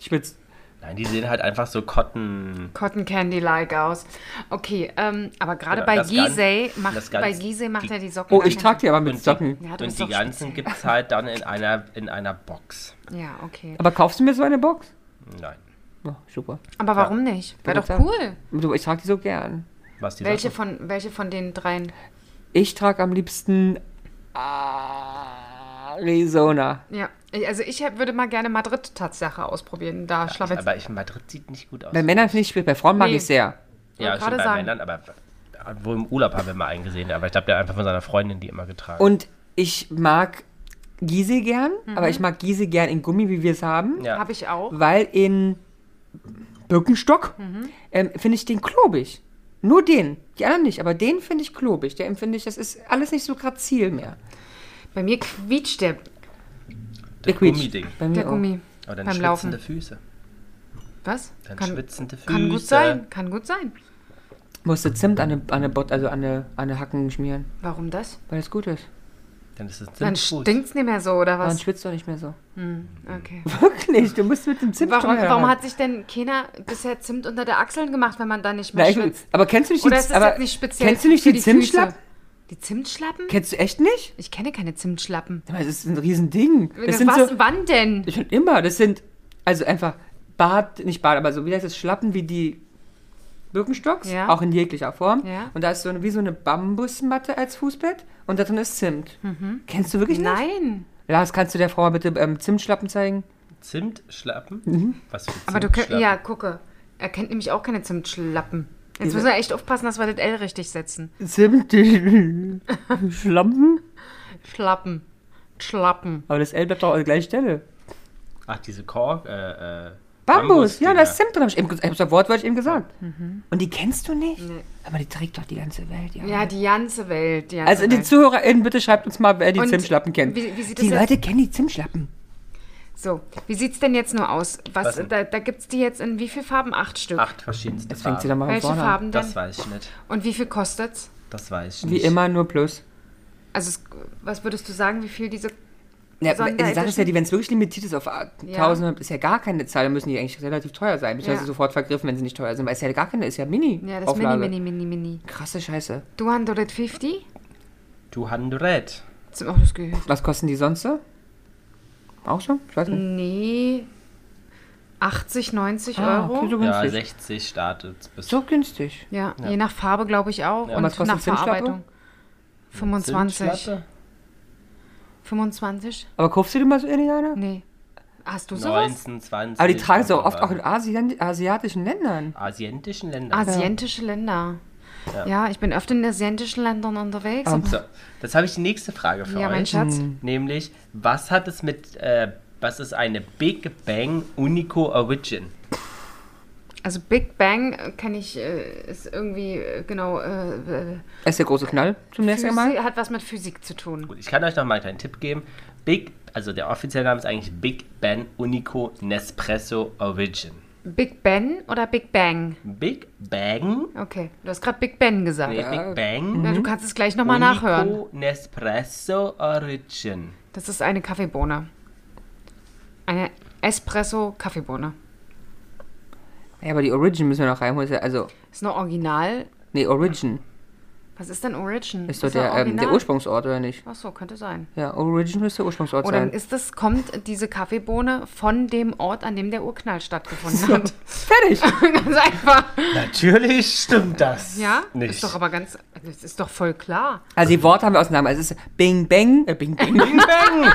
S2: Spitz.
S3: Nein, die sehen halt einfach so Cotton.
S1: Cotton Candy-like aus. Okay, ähm, aber gerade
S3: Genau,
S1: bei
S3: das Gan-
S1: Gizeh macht,
S3: das
S1: bei
S3: Ganz-
S1: Gizeh macht er die Socken.
S2: Oh,
S1: gar
S2: ich
S1: nicht.
S2: trage die aber mit
S3: Und die,
S2: Socken.
S1: Ja, du bist
S3: und die
S1: doch
S3: ganzen
S1: speziell.
S3: gibt es halt dann in einer, in einer Box.
S1: Ja, okay.
S2: Aber kaufst du mir so eine Box?
S3: Nein.
S2: Oh, super.
S1: Aber warum nicht? Wäre doch
S2: Verrückt,
S1: cool.
S2: Du, Ich trage die so gern.
S3: Was die
S1: Welche
S3: Socken-
S1: von, welche von den dreien?
S2: Ich trage am liebsten ah, Arizona.
S1: Ja, also ich hätt- würde mal gerne Madrid-Tatsache ausprobieren. Da ja, schlafe
S3: Aber ich, Madrid sieht nicht gut aus.
S2: Bei Männern finde ich schwierig, bei Frauen mag
S1: Nee.
S2: ich sehr.
S1: wollte
S3: ja, schon
S1: gerade
S3: bei
S1: sagen.
S3: Männern, aber wohl im Urlaub haben wir mal einen gesehen. Aber ich glaube, der hat einfach von seiner Freundin die immer getragen.
S2: Und ich mag Giese gern, aber ich mag Giese gern in Gummi, wie wir es haben,
S3: ja.
S1: Habe ich auch.
S2: weil in Birkenstock ähm, finde ich den klobig. Nur den, die anderen nicht, aber den finde ich klobig. Der empfinde ich, das ist alles nicht so grazil mehr.
S1: Bei mir quietscht der,
S3: das
S2: Quietsch.
S3: Gummiding.
S2: Bei mir
S1: der
S2: auch.
S1: Gummi.
S3: Aber dann
S1: Beim
S3: schwitzende
S1: Laufen.
S3: Füße.
S1: Was?
S3: Dann
S1: Kann,
S3: schwitzende Füße.
S1: kann gut sein, kann gut sein.
S2: Musste Zimt an eine, an eine, Bot, also an eine, an eine Hacken schmieren,
S1: Warum das?
S2: weil es gut ist.
S3: Dann ist es
S1: Dann
S3: Zimtfuß.
S1: stinkt's nicht mehr so, oder
S2: Dann
S1: was?
S2: schwitzt du nicht mehr so.
S1: Okay.
S2: Wirklich, du musst mit dem Zimt
S1: Warum,
S2: dran
S1: warum
S2: ran.
S1: hat sich denn keiner bisher Zimt unter der Achseln gemacht, wenn man da nicht
S2: Na,
S1: mehr
S2: ich,
S1: schwitzt?
S2: aber kennst du nicht die,
S1: Oder ist das
S2: aber
S1: jetzt nicht speziell
S2: kennst du nicht
S1: für
S2: die,
S1: die
S2: Zimtschlappen?
S1: Füße? Die Zimtschlappen?
S2: Kennst du echt nicht?
S1: Ich kenne keine Zimtschlappen.
S2: Das ist ein Riesending. Das sind
S1: Was,
S2: so,
S1: wann denn?
S2: schon immer, das sind, also einfach Bad, nicht Bad, aber so wie heißt das, Schlappen wie die Birkenstocks,
S1: Ja.
S2: auch in jeglicher Form.
S1: Ja.
S2: Und da ist so eine, wie so eine Bambusmatte als Fußbett und da drin ist Zimt. Kennst du wirklich nicht?
S1: Mhm. Nein.
S2: Lars, kannst du der Frau mal bitte ähm, Zimtschlappen zeigen?
S3: Zimtschlappen? Was für
S1: Aber du
S3: Zimtschlappen?
S1: könntest. Ja, gucke. Er kennt nämlich auch keine Zimtschlappen. Jetzt müssen wir echt aufpassen, dass wir das L richtig setzen.
S2: Zimt, Schlampen?
S1: Schlappen. Schlappen.
S2: Aber das L bleibt doch an der gleichen Stelle.
S3: Ach, diese Kork, äh, äh.
S2: Bambus, ja, da ist
S3: Bambusdinger.
S2: Zimt drin, hab ich eben, ge- hab ich doch wortwörtlich eben gesagt. Und die kennst du nicht?
S1: Nee.
S2: Aber die trägt doch die ganze Welt, ja.
S1: Ja, die ganze Welt. Die ganze
S2: also die
S1: Welt.
S2: ZuhörerInnen, bitte schreibt uns mal, wer die
S1: Und
S2: Zimtschlappen kennt.
S1: wie- wie sieht
S2: die
S1: das jetzt-
S2: Leute kennen die Zimtschlappen.
S1: So, wie sieht's denn jetzt nur aus? Was,
S3: Was denn?
S1: da da gibt's die jetzt in wie viel Farben? Acht Stück.
S3: Acht verschiedenste
S2: Jetzt fängt sie dann
S3: Farben.
S2: mal von
S1: Welche
S2: vorne an.
S1: Farben denn?
S3: Das weiß ich nicht.
S1: Und wie viel kostet's?
S3: Das weiß ich
S2: Wie
S3: nicht.
S2: immer nur plus.
S1: Also, es, was würdest du sagen, wie viel diese.
S2: Ja, also
S1: Sondern
S2: die Sache ist ja,
S1: Edition?
S2: die, wenn es wirklich limitiert ist auf a- 1000, ist ja gar keine Zahl, dann müssen die eigentlich relativ teuer sein. Ich
S1: Ja.
S2: sofort vergriffen, wenn sie nicht teuer sind, weil es ja gar keine ist, ja Mini.
S1: Ja, das Mini,
S2: Auflage.
S1: Mini, Mini, Mini.
S2: Krasse Scheiße.
S1: 250?
S3: 200.
S1: Zum auch das gehört.
S2: Was kosten die sonst so? Auch so? Ich weiß nicht.
S1: Nee. 80, 90
S2: Ah,
S1: Euro.
S2: okay, so
S3: Ja,
S2: günstig.
S3: 60 startet bis
S2: so günstig.
S1: Ja, je nach Farbe glaube ich auch. Und
S2: was kostet
S1: nach
S2: Zimtschlappe?
S1: Verarbeitung. 25.
S3: Zimtschlappe?
S1: 25?
S2: Aber kaufst du dir mal so eine, Jana?
S1: Nee. Hast du sowas?
S3: 19, 20.
S2: Aber die tragen sie auch
S3: kommt
S2: oft auch
S3: drauf an.
S2: in Asien, asiatischen Ländern.
S3: asiatischen Ländern.
S1: Asiatische Länder. Ja. ich bin öfter in asiatischen Ländern unterwegs.
S2: Ah,
S3: so, jetzt habe ich die nächste Frage für
S1: ja,
S3: euch.
S1: mein Schatz.
S3: Mhm. Nämlich, was hat es mit, äh, was ist eine Big Bang Unico Origin?
S1: Also Big Bang äh, kann ich, äh, ist irgendwie, äh, genau, äh, äh,
S2: Ist der große Knall zum nächsten Mal?
S1: Physi- hat was mit Physik zu tun.
S3: Gut, ich kann euch noch mal einen kleinen Tipp geben. Big, also der offizielle Name ist eigentlich Big Bang Unico Nespresso Origin.
S1: Big Ben oder Big Bang?
S3: Big Bang?
S1: Okay, du hast gerade Big Ben gesagt.
S3: Nee, Big Bang.
S1: Ja, du kannst es gleich nochmal nachhören.
S3: Unico Nespresso Origin.
S1: Das ist eine Kaffeebohne. Eine Espresso-Kaffeebohne.
S2: Ja, aber die Origin müssen wir noch reinholen. Ist ja- Also,
S1: Ist noch original.
S2: nee, Origin
S1: Was ist denn Origin?
S2: ist doch der, ähm, der Ursprungsort, oder nicht?
S1: Ach so, könnte sein.
S2: Ja, Origin müsste der Ursprungsort
S1: Oder
S2: sein.
S1: ist das, kommt diese Kaffeebohne von dem Ort, an dem der Urknall stattgefunden hat?
S2: Fertig!
S1: ganz einfach.
S3: Natürlich stimmt das.
S1: Ja?
S3: Nicht.
S1: Ist doch aber ganz. Das ist doch voll klar.
S2: Also, die Worte haben wir auseinander. Es ist Bing Bang, äh, Bing Bang,
S3: Big Bang!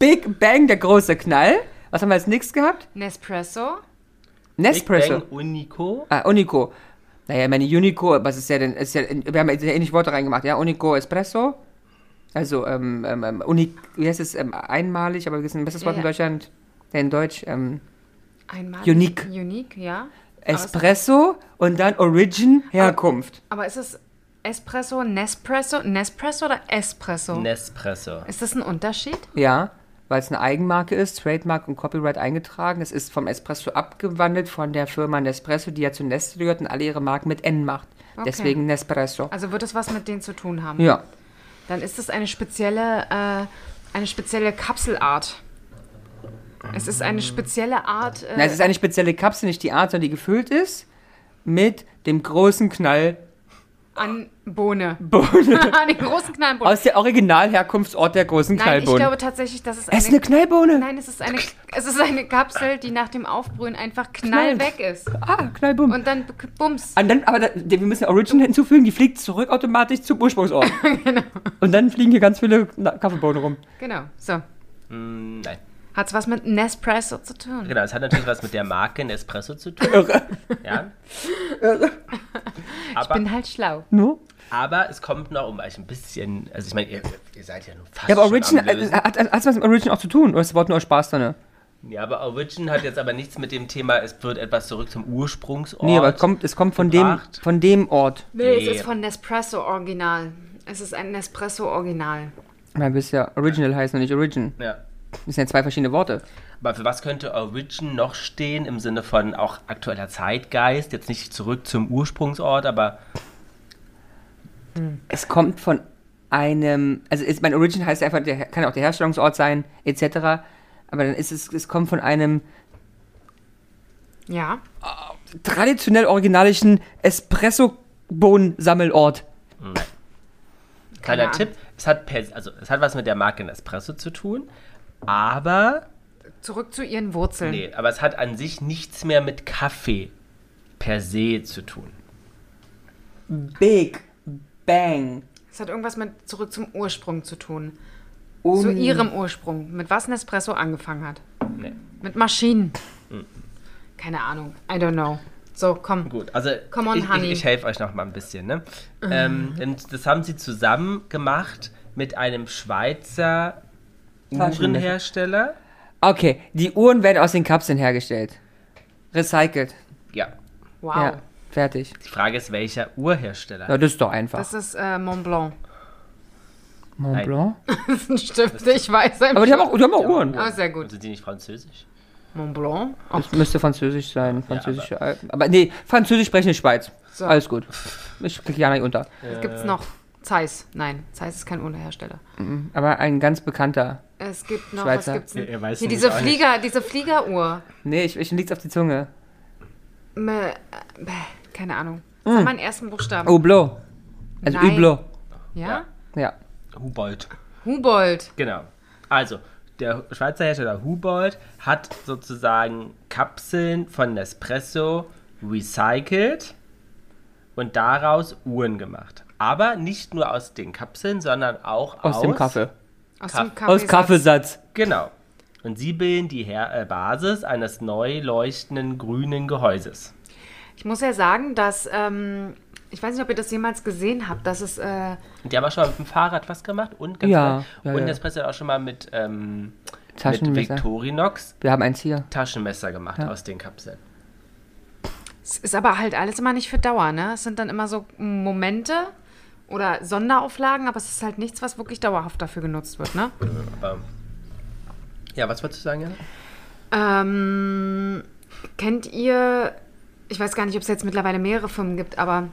S2: Big Bang, der große Knall. Was haben wir als nächstes gehabt?
S1: Nespresso.
S3: Big Bang
S2: Nespresso.
S3: Unico.
S2: Ah, Unico. Naja, ich meine, Unico, was ist ja denn? Ist ja, wir haben ja ähnliche Worte reingemacht, ja? Unico Espresso. Also, ähm, ähm, ähm, Uni, wie heißt es? Ähm, einmalig, aber wir wissen ein besseres Wort
S1: Ja.
S2: in Deutschland. Ja, in Deutsch, ähm,
S1: Einmal.
S2: Unique.
S1: Unique, ja.
S2: Espresso und dann Origin, Herkunft.
S1: Aber ist es Espresso, Nespresso, Nespresso oder Espresso?
S3: Nespresso.
S1: ist das ein Unterschied?
S2: Ja, weil es eine Eigenmarke ist, Trademark und Copyright eingetragen. Es ist vom Espresso abgewandelt von der Firma Nespresso, die ja zu Nestle gehört und alle ihre Marken mit N macht. Deswegen Nespresso.
S1: Also wird es was mit denen zu tun haben?
S2: Ja,
S1: Dann ist es eine spezielle, äh, eine spezielle Kapselart. Es ist eine spezielle Art. Äh,
S2: Na, es ist eine spezielle Kapsel, nicht die Art, sondern die gefüllt ist mit dem großen Knall
S1: An Bohne.
S2: Bohne.
S1: An den großen Knallbohnen.
S2: Aus der Originalherkunftsort der großen
S1: nein, ich
S2: Knallbohnen.
S1: glaube tatsächlich, dass es eine.
S2: es ist eine Knallbohne.
S1: nein, es ist eine, es ist eine Kapsel, die nach dem Aufbrühen einfach knall
S2: Knallt.
S1: weg ist.
S2: Ah, Knallbohne.
S1: Und dann b- bums.
S2: Und dann, aber da, wir müssen Origin hinzufügen, die fliegt zurück automatisch zum Ursprungsort. genau. Und dann fliegen hier ganz viele Na- Kaffeebohnen rum.
S1: Genau. So.
S3: Hm, nein.
S1: Hat's was mit Nespresso zu tun?
S3: Genau, es hat natürlich was mit der Marke Nespresso zu tun.
S2: Irre.
S3: Ja.
S1: Ich bin halt schlau.
S2: No?
S3: Aber es kommt noch um euch ein bisschen. Also, ich meine, ihr, ihr seid ja nun fast.
S2: Ja, aber
S3: schon
S2: Origin,
S3: am
S2: äh, äh,
S3: Lösen.
S2: hat, hat hat's was mit Origin auch zu tun? Oder ist das Wort nur aus Spaß ne? drin?
S3: ja, aber Origin hat jetzt aber nichts mit dem Thema, es wird etwas zurück zum Ursprungsort.
S2: Nee, aber es kommt, es kommt von, dem,
S3: gebracht.
S2: von dem Ort.
S1: Nee, es
S3: Nee.
S1: ist von Nespresso Original. Es ist ein Nespresso Original.
S2: Na, du bist ja Original heißt noch nicht Origin.
S3: Ja.
S2: Das sind ja zwei verschiedene Worte.
S3: Aber für was könnte Origin noch stehen im Sinne von auch aktueller Zeitgeist? Jetzt nicht zurück zum Ursprungsort, aber
S2: Es kommt von einem, also ist, mein Origin heißt einfach, der, kann auch der Herstellungsort sein, etc. Aber dann ist es, es kommt von einem
S1: Ja.
S2: traditionell originalischen Espresso-Bohnen-Sammelort.
S3: kleiner
S1: Keine Ahnung.
S3: Tipp: es hat, per, also, es hat was mit der Marke Nespresso zu tun, aber.
S1: Zurück zu ihren Wurzeln.
S3: Nee, aber es hat an sich nichts mehr mit Kaffee per se zu tun.
S2: Big Bang.
S1: Es hat irgendwas mit zurück zum Ursprung zu tun.
S2: Um,
S1: Zu ihrem Ursprung. Mit was Nespresso angefangen hat.
S3: Nee.
S1: Mit Maschinen. Keine Ahnung. I don't know. So, komm.
S3: Gut, also
S1: Come on,
S3: ich, ich,
S1: honey. Mhm.
S3: ich helfe euch noch mal ein bisschen. Ne? ähm, und das haben sie zusammen gemacht mit einem Schweizer
S2: Taschenmesser.
S3: Uhrenhersteller.
S2: okay, die Uhren werden aus den Kapseln hergestellt. Recycelt.
S3: Ja,
S1: Wow.
S2: Ja, fertig.
S3: die Frage ist, welcher Uhrhersteller?
S2: Ja, das ist doch einfach.
S1: Das ist äh, Mont Blanc.
S2: Mont
S3: Nein.
S2: Blanc?
S1: Das ist ein Stift, ich weiß einfach.
S2: Aber die haben auch, die haben auch Uhren.
S1: Ah, sehr gut.
S3: Sind die nicht französisch?
S1: Mont Blanc. Oh, Auch
S2: Das müsste französisch sein. Französische Alpen. Aber nee, französisch sprechende Schweiz.
S1: So.
S2: Alles gut. Ich krieg ja nicht unter.
S1: gibt's noch. Zeiss. Nein, Zeiss ist kein Uhrhersteller.
S2: Aber ein ganz bekannter.
S1: Es gibt noch,
S2: Schweizer.
S1: was gibt's denn?
S3: Er- er weiß
S1: Hier,
S3: nämlich
S1: diese
S3: auch
S1: Flieger, diese Fliegeruhr.
S2: Nee, ich, ich lieg's auf die Zunge.
S1: Me, äh, bäh, keine Ahnung. Das
S2: Hm.
S1: war mein ersten Buchstaben.
S2: Hublot. Oh, Also
S1: Nein.
S2: Hublot.
S1: Ja?
S3: Ja.
S2: Ja.
S3: Hubold.
S1: Hubold.
S3: Genau. Also, der Schweizer Hersteller Hubold hat sozusagen Kapseln von Nespresso recycelt und daraus Uhren gemacht. Aber nicht nur aus den Kapseln, sondern auch aus,
S2: Aus dem Kaffee.
S1: Aus
S3: Kaff-
S1: dem
S2: Aus Kaffeesatz.
S3: Genau. Und sie bilden die Her äh, Basis eines neu leuchtenden grünen Gehäuses.
S1: Ich muss ja sagen, dass, ähm, ich weiß nicht, ob ihr das jemals gesehen habt, dass es, äh,
S3: Und die haben auch schon mal mit dem Fahrrad was gemacht und ganz
S2: Ja,
S3: geil.
S2: ja,
S3: und
S2: ja.
S3: Nespresso hat auch schon mal mit, ähm, mit
S2: Taschenmesser.
S3: Victorinox
S2: Wir haben eins hier.
S3: Taschenmesser gemacht
S2: Ja.
S3: aus den Kapseln.
S1: es ist aber halt alles immer nicht für Dauer, ne? Es sind dann immer so Momente oder Sonderauflagen, aber es ist halt nichts, was wirklich dauerhaft dafür genutzt wird, ne?
S3: Aber, Ähm, ja, was wolltest du sagen, Jana?
S1: Ähm, kennt ihr, ich weiß gar nicht, ob es jetzt mittlerweile mehrere Firmen gibt, aber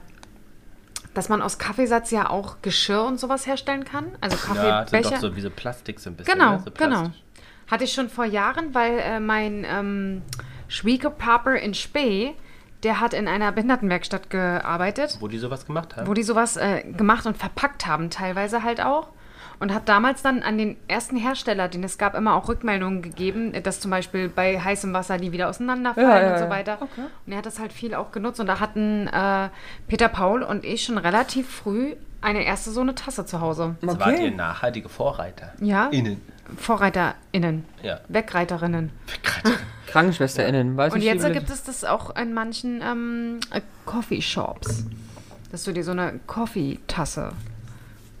S1: dass man aus Kaffeesatz ja auch Geschirr und sowas herstellen kann? Also
S3: Ja, das
S1: Kaffeebecher.
S3: sind doch so wie so Plastik so ein bisschen.
S1: Genau,
S3: ne? so
S1: genau.
S3: plastisch.
S1: Hatte ich schon vor Jahren, weil äh, mein ähm, Schwiegerpapa in Spee, der hat in einer Behindertenwerkstatt gearbeitet,
S3: Wo die sowas gemacht haben.
S1: wo die sowas äh, gemacht und verpackt haben, teilweise halt auch. Und hat damals dann an den ersten Hersteller, den es gab, immer auch Rückmeldungen gegeben, äh, dass zum Beispiel bei heißem Wasser die wieder auseinanderfallen
S2: Ja, ja,
S1: und so
S2: ja.
S1: weiter. Und er hat das halt viel auch genutzt. Und da hatten äh, Peter Paul und ich schon relativ früh eine erste so eine Tasse zu Hause.
S3: Jetzt wart ihr nachhaltige Vorreiter.
S1: Ja.
S3: Innen.
S1: VorreiterInnen,
S3: Ja.
S1: Wegreiterinnen.
S2: KrankenschwesterInnen, weiß
S1: Und
S2: nicht,
S1: jetzt gibt es das auch in manchen ähm, Coffeeshops, dass du dir so eine Coffeetasse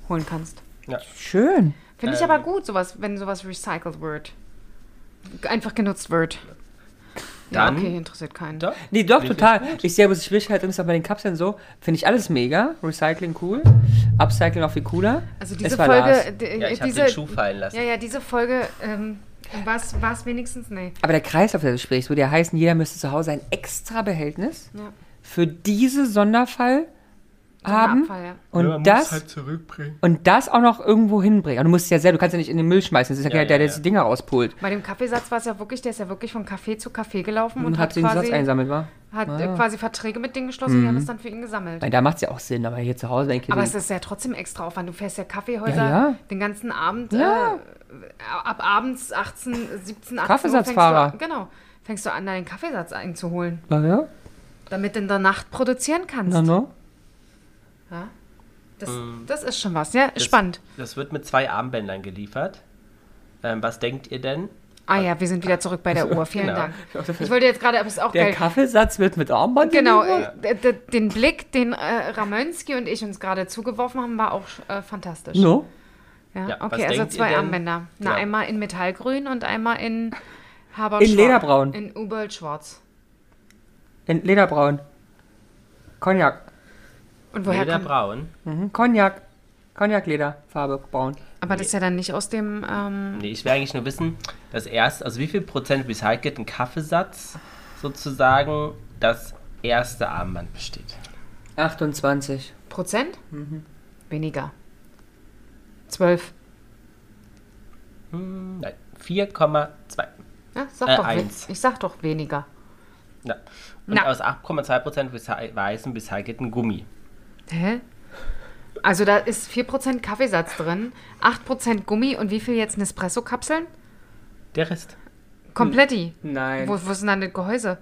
S1: holen kannst.
S2: Schön.
S1: Finde ich aber gut, sowas, wenn sowas recycelt wird. Einfach genutzt wird.
S3: Dann-
S1: ja, okay, interessiert keinen.
S3: Doch.
S2: Nee, doch,
S3: Wirklich
S2: total. Ich sehe aber die Schwierigkeit ist bei den Kapseln so, finde ich alles mega. Recycling cool. Upcycling noch viel cooler.
S1: Also
S2: Es
S1: diese
S2: war
S1: Folge,
S2: Lars.
S1: d-
S3: Ja, ich habe
S1: diese,
S3: den Schuh fallen lassen.
S1: ja, ja, diese Folge, ähm, war es wenigstens, nee.
S2: Aber der Kreislauf des Gesprächs würde ja heißen, jeder müsste zu Hause ein extra Behältnis
S1: Ja.
S2: für diese Sonderfall haben.
S1: Abfall, ja.
S2: Und das und das auch noch irgendwo hinbringen. Und du musst es ja selber, du kannst ja nicht in den Müll schmeißen. Das ist ja,
S3: Ja,
S2: keiner, der,
S3: ja,
S2: der
S3: ja.
S2: die Dinger rauspolt.
S1: Bei dem Kaffeesatz war es ja wirklich, der ist ja wirklich von Kaffee zu Kaffee gelaufen und,
S2: Und
S1: hat,
S2: hat den Satz
S1: quasi,
S2: einsammelt, war?
S1: hat äh, quasi Verträge mit denen geschlossen, die haben es dann für ihn gesammelt.
S2: Weil da macht es ja auch Sinn, aber hier zu Hause, denke ich.
S1: Aber es ist ja trotzdem extra Aufwand. Du fährst ja Kaffeehäuser
S2: Ja, ja.
S1: den ganzen Abend. Äh,
S2: Ja.
S1: ab abends 18, 17, 18
S2: Kaffeesatzfahrer.
S1: Uhr fängst du, genau. Fängst du an, deinen Kaffeesatz einzuholen,
S2: Na ja,
S1: damit du in der Nacht produzieren kannst.
S2: na, na.
S1: Ja? Das, Ähm. das ist schon was, ja? Spannend.
S3: Das wird mit zwei Armbändern geliefert. Ähm, was denkt ihr denn?
S1: Ah ja, wir sind wieder zurück bei der Uhr. Vielen
S3: Genau.
S1: Dank. Ich wollte jetzt gerade, aber ist auch
S2: Der
S1: geil.
S2: Kaffeesatz wird mit Armband
S1: Genau,
S2: geliefert?
S1: äh, d- d- den Blick, den äh, Ramonski und ich uns gerade zugeworfen haben, war auch äh, fantastisch.
S2: No.
S1: Ja,
S3: Ja, was
S1: okay, also
S3: denkt ihr
S1: zwei
S3: denn?
S1: Armbänder. Na,
S3: Ja.
S1: einmal in Metallgrün und einmal in Haber
S2: In Lederbraun.
S1: In Ubold Schwarz.
S2: In Lederbraun. Cognac.
S1: Und woher
S3: Leder
S1: kommt?
S3: Braun?
S2: Mhm. Cognac. Cognac-Leder. Farbe braun.
S1: Aber das ist ja dann nicht aus dem. Ähm,
S3: Nee, ich will eigentlich nur wissen, dass erst, also wie viel Prozent recycelten Kaffeesatz sozusagen das erste Armband besteht.
S2: 28.
S1: Prozent?
S2: Mhm.
S1: Weniger. Zwölf.
S3: Hm, nein, 4,2.
S1: Ja, sag
S3: Äh,
S1: doch we-
S3: eins.
S1: Ich sag doch weniger.
S3: Ja. Und
S1: Na.
S3: aus 8,2 Prozent weißen recycelten Gummi.
S1: Hä? Also da ist 4% Kaffeesatz drin, 8% Gummi und wie viel jetzt Nespresso-Kapseln?
S3: Der Rest.
S1: Kompletti.
S2: Nein.
S1: Wo, wo ist denn dann das Gehäuse?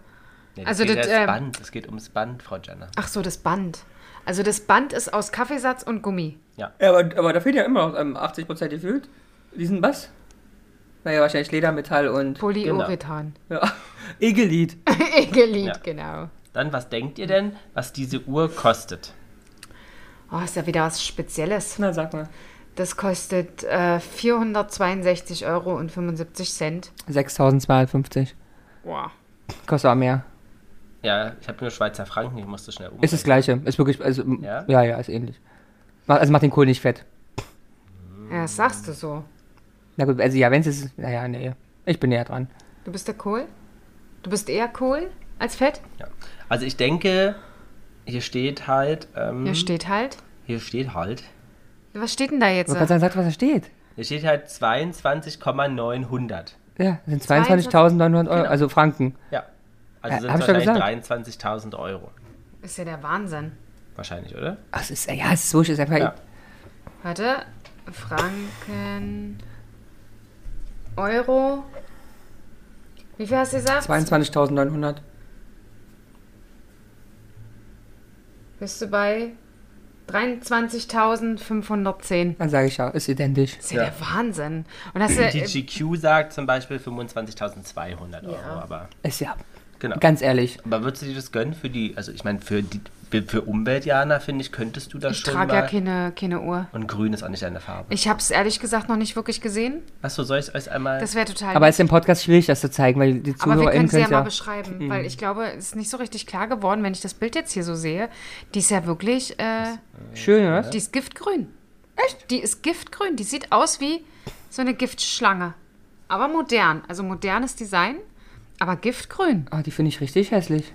S3: Nee,
S1: Also
S3: geht
S1: das,
S3: ja
S1: ähm,
S3: Band. Es geht ums Band, Frau Jenner.
S1: Ach so, das Band. Also das Band ist aus Kaffeesatz und
S3: Genau.
S1: Gummi.
S2: Ja, aber, aber da fehlt ja immer noch ähm, 80% gefühlt. Diesen was? Naja, wahrscheinlich Leder, Metall und.
S1: Polyurethan.
S2: Ja. Egelied.
S1: Egelied,
S3: Ja.
S1: genau.
S3: Dann, was denkt ihr denn, was diese Uhr kostet?
S1: Oh, ist ja wieder was Spezielles.
S2: Na, sag mal.
S1: Das kostet äh, 462 Euro und 75 Cent.
S2: 6250.
S1: Wow.
S2: Kostet aber mehr.
S3: Ja, ich habe nur Schweizer Franken, ich musste schnell um.
S2: Ist das gleiche. Ist wirklich. Also,
S3: Ja?
S2: Oh ja? ja, ist ähnlich. Mach- Also macht den Kohl nicht fett.
S1: Ja, das sagst du so.
S2: Na gut, also ja, wenn es ist. Naja, nee. Ich bin näher dran.
S1: Du bist der Kohl? Du bist eher Kohl als Fett?
S3: Ja. Also ich denke, hier steht halt, ähm,
S1: Ja, steht halt.
S3: hier steht halt,
S1: Was steht denn da jetzt?
S2: Man kann sagen, sagt, was da steht.
S3: hier steht halt 22,900.
S2: Ja, das sind 22.900 Euro.
S1: Genau.
S2: Also Franken.
S3: Ja. Also
S2: Ja,
S3: sind
S2: hab
S3: es
S2: ich doch
S3: wahrscheinlich 23.000 Euro.
S1: Ist ja der Wahnsinn.
S3: Wahrscheinlich, oder?
S2: Ach, es ist, ja, es ist wurscht. Es ist einfach.
S3: Ja.
S1: Warte. Franken. Euro. Wie viel hast du gesagt?
S2: 22.900.
S1: Bist du bei 23.510.
S2: Dann sage ich ja, ist identisch.
S1: Das ist ja,
S3: Ja.
S1: der Wahnsinn. Und hast du,
S3: Die GQ sagt zum Beispiel 25.200 Euro,
S1: Äh, Ja.
S3: aber
S2: Ist ja.
S3: genau.
S2: Ganz ehrlich,
S3: aber würdest du dir das gönnen für die, also ich meine, für die für Umweltjana, finde ich, könntest du das
S1: ich
S3: schon
S1: trage
S3: mal.
S1: ja keine, keine Uhr.
S3: Und grün ist auch nicht deine Farbe.
S1: Ich habe es ehrlich gesagt noch nicht wirklich gesehen.
S3: Achso, soll ich es euch einmal.
S1: Das wäre total
S2: aber
S1: lieb.
S2: es ist im Podcast schwierig, das zu zeigen, weil die
S1: Aber wir
S2: ZuhörerInnen
S1: können sie ja
S2: können
S1: mal
S2: ja.
S1: beschreiben, weil ich glaube, es ist nicht so richtig klar geworden, wenn ich das Bild jetzt hier so sehe. Die ist ja wirklich, äh,
S2: Schön, oder?
S1: die ist giftgrün. Echt? Die ist giftgrün. Die sieht aus wie so eine Giftschlange. Aber modern. Also modernes Design, aber giftgrün.
S2: Ah, die finde ich richtig hässlich.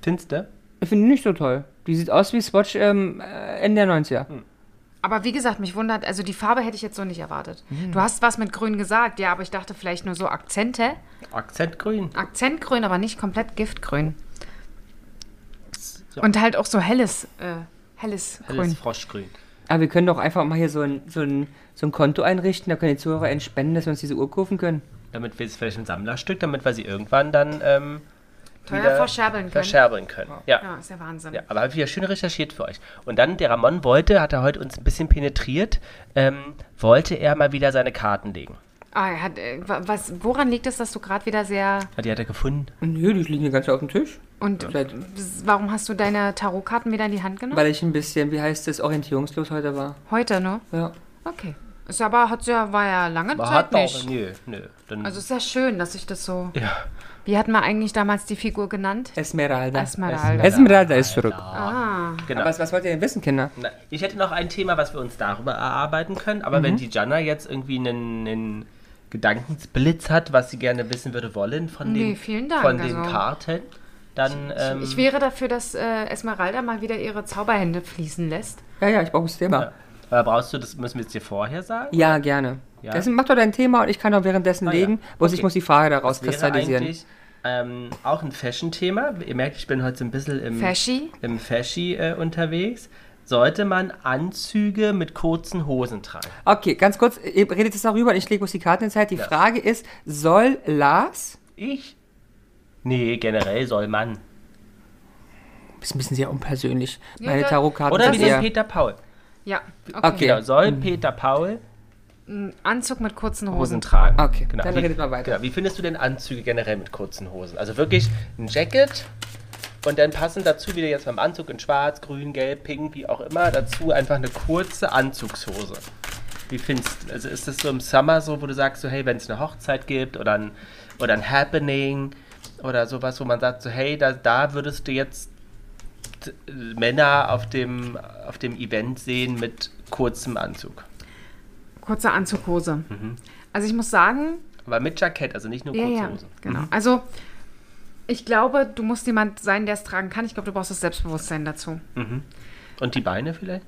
S3: Finster?
S2: Ich finde die nicht so toll. Die sieht aus wie Swatch ähm, äh, Ende der 90er.
S1: Aber wie gesagt, mich wundert, also die Farbe hätte ich jetzt so nicht erwartet. Du hast was mit grün gesagt, ja, aber ich dachte vielleicht nur so Akzente.
S3: Akzentgrün.
S1: Akzentgrün, aber nicht komplett giftgrün.
S3: Ja.
S1: Und halt auch so helles, äh, helles Grün.
S3: Alles Froschgrün.
S2: Aber wir können doch einfach mal hier so ein, so ein, so ein Konto einrichten, da können die ZuhörerInnen spenden, dass wir uns diese Uhr kaufen können.
S3: Damit wir es vielleicht ein Sammlerstück, damit wir sie irgendwann dann ähm,
S1: Teuer
S3: wieder
S1: verscherbeln können.
S3: verscherbeln können. Ja.
S1: Ja, Ah, ist ja Wahnsinn.
S3: Ja, aber habe ich ja schön recherchiert für euch. Und dann, der Ramon wollte, hat er heute uns ein bisschen penetriert, ähm, wollte er mal wieder seine Karten legen.
S1: Ah, er hat, äh, wa- was, woran liegt es, dass du gerade wieder sehr...
S3: Ja, Die hat er gefunden.
S2: Nö, die liegen hier ganz auf dem Tisch.
S1: Und
S2: Vielleicht,
S1: w- warum hast du deine Tarotkarten wieder in die Hand genommen?
S2: weil ich ein bisschen, wie heißt es, orientierungslos heute war.
S1: Heute, ne?
S2: Ja.
S1: Okay. Ist aber, hat's ja, war ja lange
S3: Aber
S1: Zeit
S3: hat
S1: nicht.
S3: auch. Nö, nö. Dann,
S1: Also ist ja schön, dass ich das so...
S3: ja.
S1: Wie hat man eigentlich damals die Figur genannt?
S2: Esmeralda.
S1: Esmeralda.
S2: Esmeralda ist zurück.
S1: Ah,
S3: Genau.
S2: Aber was, was wollt ihr denn wissen, Kinder?
S3: Na, ich hätte noch ein Thema, was wir uns darüber erarbeiten können, aber
S1: Mhm.
S3: wenn die Jana jetzt irgendwie einen, einen Gedankensblitz hat, was sie gerne wissen würde wollen von
S1: Nee,
S3: den,
S1: vielen Dank,
S3: von den
S1: also-
S3: Karten, dann ähm,
S1: ich wäre dafür, dass äh, Esmeralda mal wieder ihre Zauberhände fließen lässt.
S2: Ja, ja, ich brauche das Thema.
S3: aber brauchst du das, müssen wir jetzt dir vorher sagen?
S2: Ja, gerne.
S3: Ja.
S2: Deswegen mach doch dein Thema und ich kann doch währenddessen
S3: Ah, ja.
S2: legen, bloß ich
S3: Okay.
S2: muss die Frage daraus
S3: Das wäre
S2: kristallisieren.
S3: eigentlich ähm, auch ein Fashion-Thema. Ihr merkt, ich bin heute so ein bisschen im
S1: Fashy?
S3: im Fashy äh, unterwegs. Sollte man Anzüge mit kurzen Hosen tragen?
S2: Okay, ganz kurz, ihr redet jetzt darüber und ich lege bloß die Karten in die Zeit. Die
S3: Ja.
S2: Frage ist, soll Lars,
S3: Ich? Nee, generell soll man.
S2: das ist ein bisschen sehr unpersönlich,
S1: Ja,
S2: meine
S1: da-
S2: Tarotkarten
S3: Oder wie
S2: sind
S3: den
S2: sehr...
S3: Peter Paul.
S1: Ja, okay.
S2: Okay.
S3: Genau, soll Peter Paul
S1: Ein Anzug mit kurzen
S3: Hosen
S1: Hosen.
S3: tragen.
S2: Okay,
S3: genau.
S2: dann
S3: Wie-
S2: redet mal weiter.
S3: Genau. Wie findest du denn Anzüge generell mit kurzen Hosen? Also wirklich ein Jacket und dann passend dazu wieder jetzt beim Anzug in schwarz, grün, gelb, pink, wie auch immer, dazu einfach eine kurze Anzugshose. Wie findest du, also ist das so im Summer so, wo du sagst so, hey, wenn es eine Hochzeit gibt oder ein, oder ein Happening oder sowas, wo man sagt so, hey, da, da würdest du jetzt äh, Männer auf dem, auf dem Event sehen mit kurzem Anzug.
S1: Kurze Anzughose.
S3: Mhm.
S1: Also ich muss sagen,
S3: Aber mit Jackett, also nicht nur
S1: ja,
S3: kurze
S1: ja,
S3: Hose. Mhm.
S1: genau. Also ich glaube, du musst jemand sein, der es tragen kann. Ich glaube, du brauchst das Selbstbewusstsein dazu.
S3: Mhm. Und die Beine vielleicht?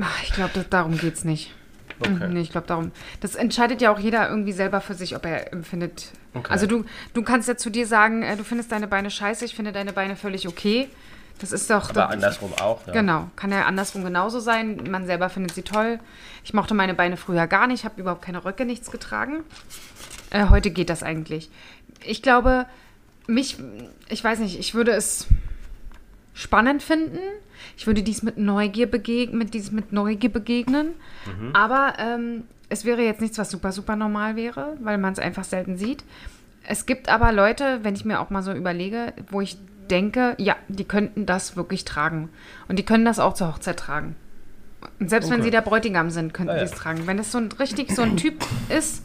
S1: Ach, Ich glaube, das- darum geht es nicht.
S3: Okay.
S1: Mhm, Nee, ich glaube darum. Das entscheidet ja auch jeder irgendwie selber für sich, ob er empfindet.
S3: Okay.
S1: Also du, du kannst ja zu dir sagen, äh, du findest deine Beine scheiße, ich finde deine Beine völlig okay. Das ist doch.
S3: Aber
S1: das-
S3: andersrum auch. ne? Ja.
S1: Genau, kann ja andersrum genauso sein. Man selber findet sie toll. Ich mochte meine Beine früher gar nicht, habe überhaupt keine Röcke, nichts getragen. Äh, heute geht das eigentlich. Ich glaube, mich, ich weiß nicht, ich würde es spannend finden. Ich würde dies mit Neugier begegnen, mit dies mit Neugier begegnen.
S3: Mhm.
S1: Aber ähm, es wäre jetzt nichts, was super, super normal wäre, weil man es einfach selten sieht. Es gibt aber Leute, wenn ich mir auch mal so überlege, wo ich denke, ja, die könnten das wirklich tragen. Und die können das auch zur Hochzeit tragen. Und selbst wenn
S3: Okay.
S1: sie der Bräutigam sind, könnten
S3: Ah, ja.
S1: die es tragen. Wenn das so ein richtig so ein Typ ist,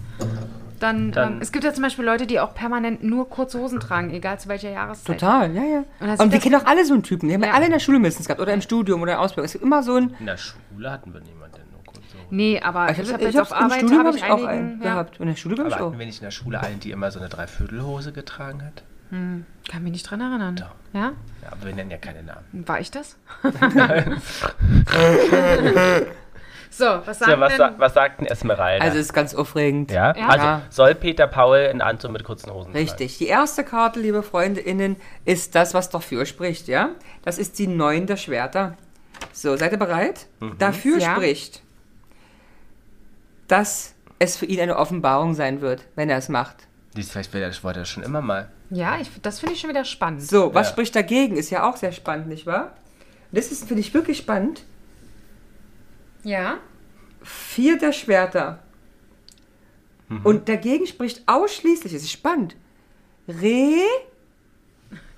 S1: dann,
S3: Dann-
S1: ähm, es gibt ja zum Beispiel Leute, die auch permanent nur kurze Hosen tragen, egal zu welcher Jahreszeit.
S2: Total, ja, ja.
S1: Und das-
S2: Und, wir
S1: das-
S2: kennen doch alle so einen Typen, den haben wir
S1: Ja.
S2: alle in der Schule mindestens gehabt oder im Studium oder in der Ausbildung. Es gibt immer so einen...
S3: In der Schule hatten wir niemanden, der nur kurze Hose.
S1: Nee, aber ich, habe jetzt
S2: hab's-
S1: auf Arbeit
S2: Im Studium
S1: hab
S2: habe
S1: ich
S2: ich auch
S1: einigen,
S2: einen
S1: ja,
S2: gehabt. In der Schule glaube
S3: Aber
S2: ich auch.
S3: hatten wir nicht in der Schule einen, die immer so eine Dreiviertelhose getragen hat?
S1: Kann mich nicht dran erinnern.
S3: Doch.
S1: Ja?
S3: Ja, aber wir nennen ja keine Namen.
S1: War ich das? so, was sagen
S3: So, was,
S1: denn?
S3: sa- was sagt denn Esmeralda?
S2: Also es ist ganz aufregend.
S3: ja?
S1: Ja.
S3: also soll Peter Paul einen Anzug mit kurzen Hosen tragen?
S2: Richtig. Die erste Karte, liebe FreundInnen, ist das, was dafür spricht, ja? Das ist die Neun der Schwerter.
S3: Mhm.
S2: So, seid ihr bereit? Dafür
S1: Ja.
S2: spricht, dass es für ihn eine Offenbarung sein wird, wenn er es macht.
S3: Dies vielleicht will er, das wollte er schon immer mal.
S1: Ja, ich, das finde ich schon wieder spannend.
S2: So, was
S3: Ja.
S2: spricht dagegen? Ist ja auch sehr spannend, nicht wahr? Das ist, finde ich, wirklich spannend.
S1: Ja?
S2: Vier der Schwerter. Und dagegen spricht ausschließlich, es ist spannend,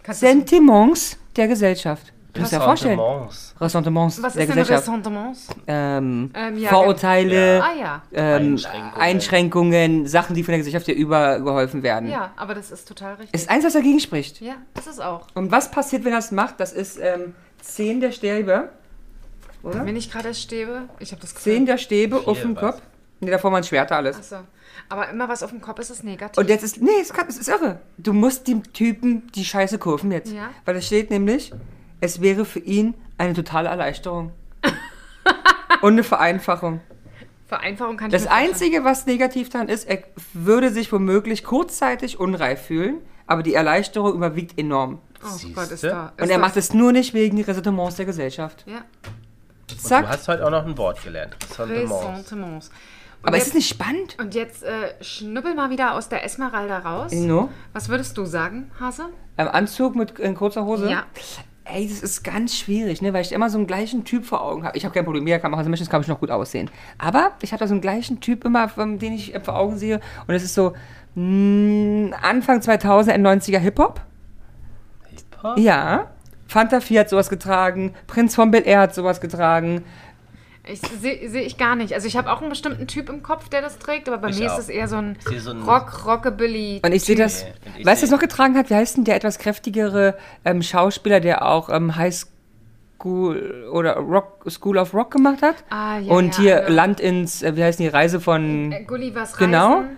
S2: Ressentiments
S1: Kannst
S2: der Gesellschaft. Kannst du dir vorstellen?
S3: Ressentiments.
S2: Ressentiments
S1: du, was
S2: der
S1: ist denn
S2: Gesellschaft. Äh,
S1: Ressentiments?
S2: Ähm,
S1: Ähm, ja,
S2: Vorurteile,
S1: Ah ja.
S2: Ähm,
S3: Einschränkungen.
S2: Einschränkungen. Sachen, die von der Gesellschaft dir übergeholfen werden.
S1: Ja, aber das ist total richtig.
S2: Es ist eins, was dagegen spricht.
S1: ja, das ist auch.
S2: Und was passiert, wenn er es macht? Das ist ähm, 10 der Stäbe. Oder?
S1: Wenn ich gerade stäbe, ich habe das Gefühl.
S2: 10 der Stäbe auf dem
S3: was?
S2: Kopf. Ne, davor waren Schwerter alles.
S1: Achso. Aber immer was auf dem Kopf ist, ist negativ.
S2: Und jetzt ist. Nee, es, kann, es ist irre. Du musst dem Typen die Scheiße kurven jetzt.
S1: Ja.
S2: Weil es steht nämlich, es wäre für ihn eine totale Erleichterung. Und eine Vereinfachung.
S1: Vereinfachung kann
S2: Das
S1: ich mir vorstellen.
S2: Einzige, was negativ daran ist, er würde sich womöglich kurzzeitig unreif fühlen, aber die Erleichterung überwiegt enorm.
S1: Oh Gott, ist
S3: Siehste?
S1: da. Ist
S2: Und er
S1: da-
S2: macht es nur nicht wegen Ressentiments der Gesellschaft.
S1: Ja,
S3: Du
S2: Zack.
S3: hast heute auch noch ein Wort gelernt. Ressentiments.
S1: Ressentiments. Und
S2: Aber ist
S1: jetzt,
S2: es nicht spannend?
S1: und jetzt äh, schnuppel mal wieder aus der Esmeralda raus.
S2: No.
S1: Was würdest du sagen, Hase?
S2: Im Anzug mit in kurzer Hose?
S1: Ja.
S2: Ey, das ist ganz schwierig, ne? weil ich immer so einen gleichen Typ vor Augen habe. Ich habe kein Problem, jeder kann machen, was er möchte, das kann ich noch gut aussehen. Aber ich habe da so einen gleichen Typ immer, ähm, den ich äh, vor Augen sehe. Und es ist so mh, Anfang 2000, Ende 90er Hip-Hop.
S3: Hip-Hop?
S2: Ja. Fanta 4 hat sowas getragen, Prinz von Bel Air hat sowas getragen.
S1: Ich sehe seh ich gar nicht. Also ich habe auch einen bestimmten Typ im Kopf, der das trägt, aber bei
S3: Ich
S1: mir
S3: auch.
S1: ist es eher so ein,
S3: sehe so einen-
S1: Rock, Rockabilly.
S2: Und ich sehe das.
S3: Nee, und ich
S2: weißt du,
S3: seh-
S2: was noch getragen hat? Wie heißt denn der etwas kräftigere ähm, Schauspieler, der auch ähm, High School oder Rock, School of Rock gemacht hat?
S1: Ah, ja,
S2: Und
S1: ja,
S2: hier
S1: ja.
S2: Land ins, äh, wie heißt denn die Reise von.
S1: Äh, Gullivers
S2: Genau.
S1: Reisen.